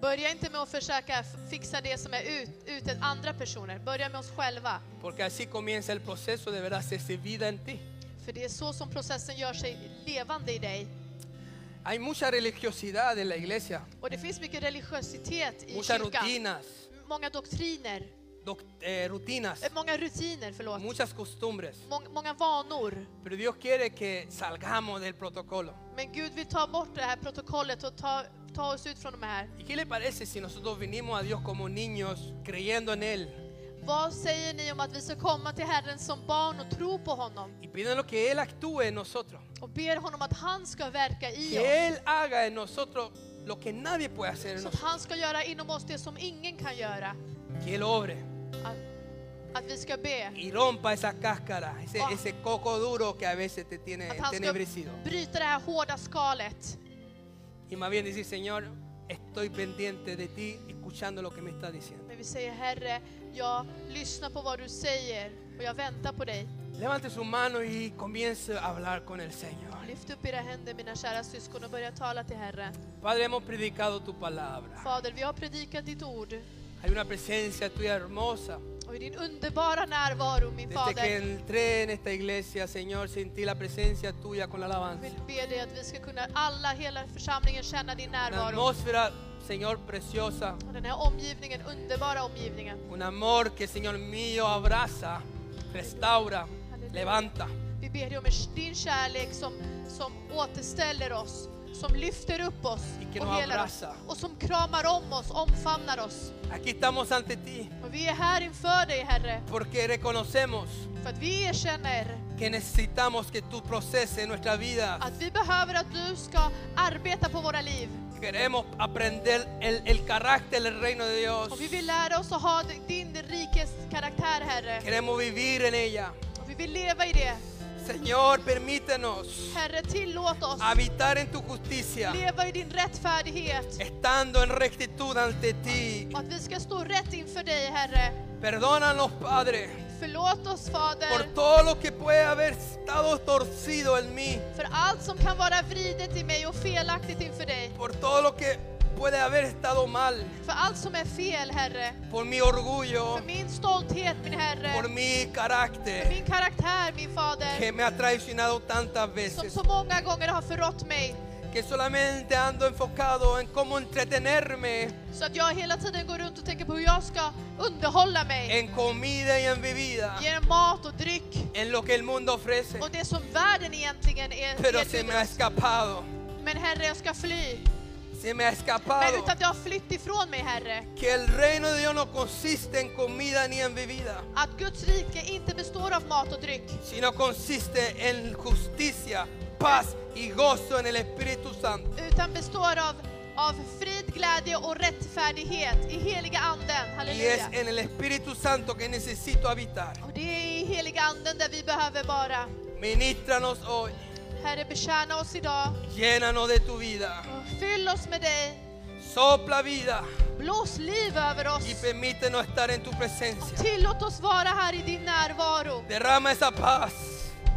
Speaker 2: Börja inte med att försöka f- fixa det som är ut, ute andra personer. Börja med oss själva.
Speaker 1: Porque así comienza el proceso de ver hacerse vida en ti.
Speaker 2: För det är så som processen gör sig levande i dig.
Speaker 1: Hay mucha religiosidad en la iglesia,
Speaker 2: Och det finns mycket religiositet i
Speaker 1: muchas
Speaker 2: kyrkan.
Speaker 1: rutinas,
Speaker 2: Många doktriner,
Speaker 1: doc- eh, rutinas,
Speaker 2: eh, många rutiner, förlåt.
Speaker 1: muchas costumbres.
Speaker 2: Mång, många vanor.
Speaker 1: Pero Dios quiere que salgamos del protocolo.
Speaker 2: Men Gud vill ta bort det här protokollet och ta, ta oss ut från de här.
Speaker 1: ¿Y qué le parece si nosotros vinimos a Dios como niños creyendo en Él
Speaker 2: Vad säger ni om att vi ska komma till Herren som barn och tro på honom
Speaker 1: y pidiendo que Él actúe en nosotros?
Speaker 2: och ber honom att han ska verka i
Speaker 1: Que
Speaker 2: oss?
Speaker 1: Él haga en nosotros lo que nadie puede hacer en
Speaker 2: Så att
Speaker 1: nosotros.
Speaker 2: han ska göra inom oss det som ingen kan göra.
Speaker 1: Que Él obre
Speaker 2: Att, att vi ska be.
Speaker 1: y rompa esa cáscara, ese,
Speaker 2: Ah.
Speaker 1: ese coco duro que a veces te tiene
Speaker 2: Att han ska
Speaker 1: entenebrecido.
Speaker 2: bryta det här hårda skalet.
Speaker 1: Y más bien decir, Señor, estoy pendiente de ti, escuchando lo que me estás diciendo.
Speaker 2: Men vi säger Herre, jag lyssnar på vad du säger och jag väntar på dig.
Speaker 1: Levante su mano y comience a hablar con el Señor.
Speaker 2: Lyft upp era händer mina kära syskon och börja tala till Herren.
Speaker 1: Padre, hemos predicado tu palabra.
Speaker 2: Fader, vi har predikat ditt ord
Speaker 1: Hay una presencia tuya hermosa.
Speaker 2: och i din underbara närvaro min
Speaker 1: Desde que
Speaker 2: Fader.
Speaker 1: entré en esta iglesia, Señor, sentí la presencia tuya con la
Speaker 2: Jag vill
Speaker 1: alabanza.
Speaker 2: be dig att vi ska kunna alla, hela församlingen känna din
Speaker 1: Una
Speaker 2: närvaro.
Speaker 1: atmósfera, Señor, preciosa.
Speaker 2: Och den här omgivningen, underbara omgivningen.
Speaker 1: Un amor que, Señor mío, abraza, restaura,
Speaker 2: Aleluya.
Speaker 1: levanta.
Speaker 2: Vi ber dig om din kärlek som, som återställer oss, som lyfter upp oss
Speaker 1: Vilken
Speaker 2: och helar oss.
Speaker 1: abrassa.
Speaker 2: Och som kramar om oss, omfamnar oss.
Speaker 1: Aquí estamos ante ti
Speaker 2: Och vi är här inför dig Herre,
Speaker 1: porque reconocemos
Speaker 2: för att vi erkänner
Speaker 1: que necesitamos que tú proceses nuestra vida.
Speaker 2: att vi behöver att du ska arbeta på våra liv.
Speaker 1: Queremos aprender el, el carácter del reino de Dios.
Speaker 2: Och vi vill lära oss att ha din rikes karaktär Herre.
Speaker 1: Queremos vivir en ella.
Speaker 2: Och vi vill leva i det.
Speaker 1: Señor, permítenos
Speaker 2: Herre, tillåt oss
Speaker 1: habitar en tu justicia.
Speaker 2: leva i din rättfärdighet.
Speaker 1: estando en rectitud ante ti.
Speaker 2: Och att vi ska stå rätt inför dig, Herre.
Speaker 1: Perdónanos, Padre,
Speaker 2: Förlåt oss, Fader,
Speaker 1: por todo lo que puede haber estado torcido en mí,
Speaker 2: för allt som kan vara vridet i mig och felaktigt inför dig.
Speaker 1: por todo lo que puede haber estado mal,
Speaker 2: För allt som är fel, Herre.
Speaker 1: por mi orgullo,
Speaker 2: För min stolthet, min
Speaker 1: por
Speaker 2: Herre.
Speaker 1: mi
Speaker 2: För
Speaker 1: carácter
Speaker 2: min karaktär, min
Speaker 1: que
Speaker 2: Fader.
Speaker 1: me ha traicionado tantas
Speaker 2: Som
Speaker 1: veces,
Speaker 2: så många gånger har förrått mig.
Speaker 1: que solamente ando enfocado en cómo entretenerme
Speaker 2: Så att jag hela tiden går runt och tänker på hur jag ska underhålla mig.
Speaker 1: en comida y en bebida,
Speaker 2: Genom mat och dryck.
Speaker 1: en lo que el mundo ofrece,
Speaker 2: Och det som världen egentligen är
Speaker 1: pero se me ha
Speaker 2: erbjuder.
Speaker 1: escapado,
Speaker 2: Men Herre, jag ska fly.
Speaker 1: se me ha
Speaker 2: Men
Speaker 1: escapado.
Speaker 2: utan jag har flytt ifrån mig, Herre.
Speaker 1: Que el reino de Dios no consiste en comida ni en bebida,
Speaker 2: Att Guds rike inte består av mat och dryck,
Speaker 1: sino consiste en justicia, paz y gozo en el Espíritu Santo.
Speaker 2: utan består av, av frid, glädje och rättfärdighet i heliga anden.
Speaker 1: Y es
Speaker 2: Halleluja.
Speaker 1: en el Espíritu Santo que necesito habitar.
Speaker 2: Och det är i heliga anden där vi behöver vara.
Speaker 1: Ministranos hoy,
Speaker 2: Herre, betjäna oss idag.
Speaker 1: llénanos de tu vida,
Speaker 2: Och Fyll oss med dig.
Speaker 1: sopla vida
Speaker 2: Blås liv över
Speaker 1: y
Speaker 2: oss.
Speaker 1: permítenos estar en tu
Speaker 2: Och
Speaker 1: presencia.
Speaker 2: Tillåt oss vara här i din närvaro.
Speaker 1: Derrama esa paz,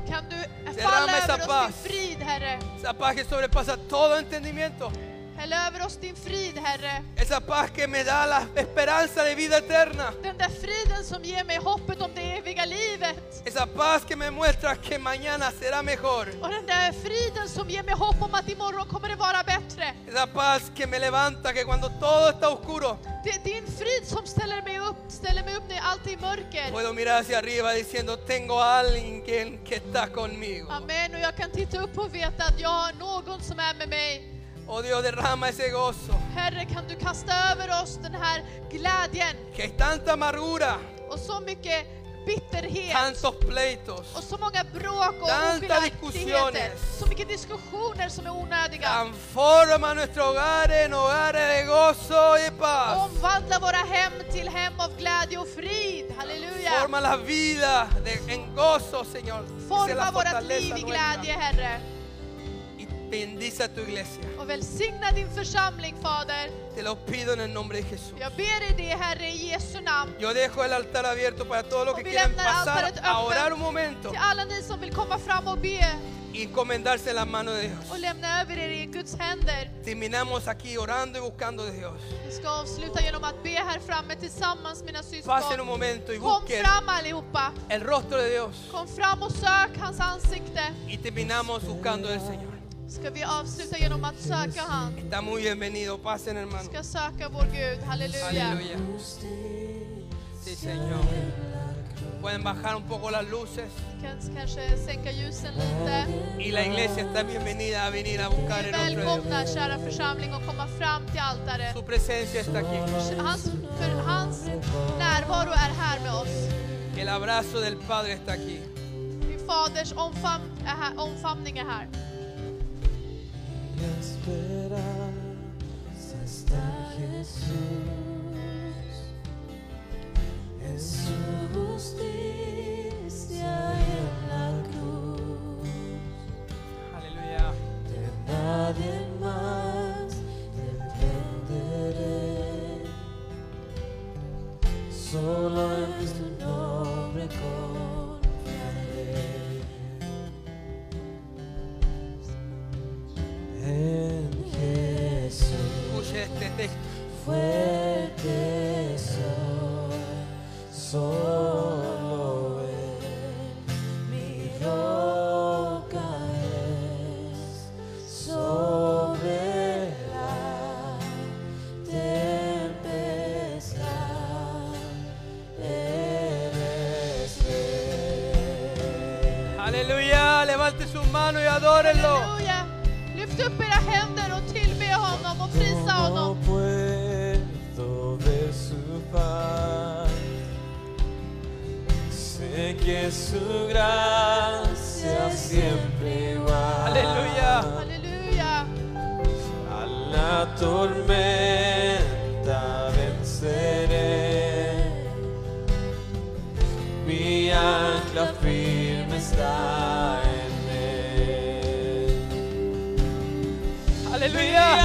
Speaker 2: Kan du
Speaker 1: Derrama
Speaker 2: falla
Speaker 1: esa
Speaker 2: över oss
Speaker 1: paz.
Speaker 2: din frid, Herre?
Speaker 1: esa paz que sobrepasa todo entendimiento,
Speaker 2: Häll över oss din frid, Herre.
Speaker 1: esa paz que me da la esperanza de vida eterna.
Speaker 2: Den där friden som ger mig hoppet om det eviga livet.
Speaker 1: Esa paz que me muestra que mañana será mejor.
Speaker 2: Och den där friden som ger mig hopp om att imorgon kommer det vara bättre.
Speaker 1: Esa paz que me levanta, que cuando todo está oscuro,
Speaker 2: Det är din frid som ställer mig upp, ställer mig upp när allt är i mörker.
Speaker 1: puedo mirar hacia arriba diciendo, tengo a alguien que, que está conmigo.
Speaker 2: Amen, och jag kan titta upp och veta att jag har någon som är med mig.
Speaker 1: Oh Dios, derrama ese gozo,
Speaker 2: Herre, kan du kasta över oss den här glädjen
Speaker 1: que hay tanta amargura,
Speaker 2: och så mycket bitterhet
Speaker 1: tantos pleitos,
Speaker 2: och så många bråk och
Speaker 1: Tanta
Speaker 2: oskiljaktigheter.
Speaker 1: diskussioner.
Speaker 2: Så mycket diskussioner som är onödiga.
Speaker 1: transforma nuestro hogar en hogares de gozo y de paz.
Speaker 2: Omvandla våra hem till hem av glädje och frid. Halleluja!
Speaker 1: Forma la vida de- en gozo, Señor. que sea la
Speaker 2: Forma vårt liv
Speaker 1: fortaleza
Speaker 2: i
Speaker 1: nuestra.
Speaker 2: glädje, Herre.
Speaker 1: Y Bendice a tu iglesia.
Speaker 2: Och välsigna din församling, Fader.
Speaker 1: Te lo pido en el nombre de Jesús.
Speaker 2: Jag ber dig det, Herre, i Jesu namn.
Speaker 1: Yo dejo el altar abierto para todos los
Speaker 2: Och
Speaker 1: que
Speaker 2: vi
Speaker 1: quieran
Speaker 2: lämnar
Speaker 1: pasar
Speaker 2: altaret
Speaker 1: a orar un
Speaker 2: öppet
Speaker 1: momento
Speaker 2: till alla ni som vill komma fram och be
Speaker 1: y encomendarse en las manos de Dios.
Speaker 2: och lämna över er i Guds händer.
Speaker 1: Terminamos aquí orando y buscando de Dios.
Speaker 2: Vi ska avsluta genom att be här framme tillsammans, mina
Speaker 1: Pasen un
Speaker 2: syskon.
Speaker 1: momento y
Speaker 2: Kom
Speaker 1: busquen
Speaker 2: fram allihopa.
Speaker 1: el rostro de Dios
Speaker 2: Kom fram och sök hans ansikte.
Speaker 1: y terminamos buscando del Señor.
Speaker 2: Ska vi avsluta genom att söka han.
Speaker 1: Está muy bienvenido. Pasen, hermano.
Speaker 2: Ska söka vår Gud. Halleluja.
Speaker 1: Aleluya. Sí, Señor. Pueden bajar un poco las luces
Speaker 2: Kan kanske sänka ljusen lite.
Speaker 1: y la iglesia está bienvenida a venir a buscar
Speaker 2: Vi
Speaker 1: el rostro de Dios.
Speaker 2: välkomnar kära församling att komma fram till altaret.
Speaker 1: Su presencia está aquí.
Speaker 2: Hans, för hans närvaro är här med oss.
Speaker 1: El abrazo del Padre está aquí.
Speaker 2: Min faders omfam, är här, omfamning är här.
Speaker 3: La esperanza está Jesús, en su justicia en la cruz.
Speaker 1: Aleluya.
Speaker 3: De nadie más dependeré, solo en tu nombre confiaré. En Jesús
Speaker 1: Escuche este texto.
Speaker 3: fuerte soy, solo Él mi roca es, sobre la tempestad eres Rey.
Speaker 1: Aleluya. Levante sus manos y adórenlo.
Speaker 2: Halleluja! Lyft upp era händer och tillbe honom och prisa
Speaker 3: No
Speaker 2: honom.
Speaker 3: puedo ver su paz. Sé que su gracia siempre va.
Speaker 1: Aleluya.
Speaker 2: Halleluja!
Speaker 3: A la tormenta venceré. Mi ancla firme está en él.
Speaker 1: Aleluya.
Speaker 3: Oh,
Speaker 1: إيه.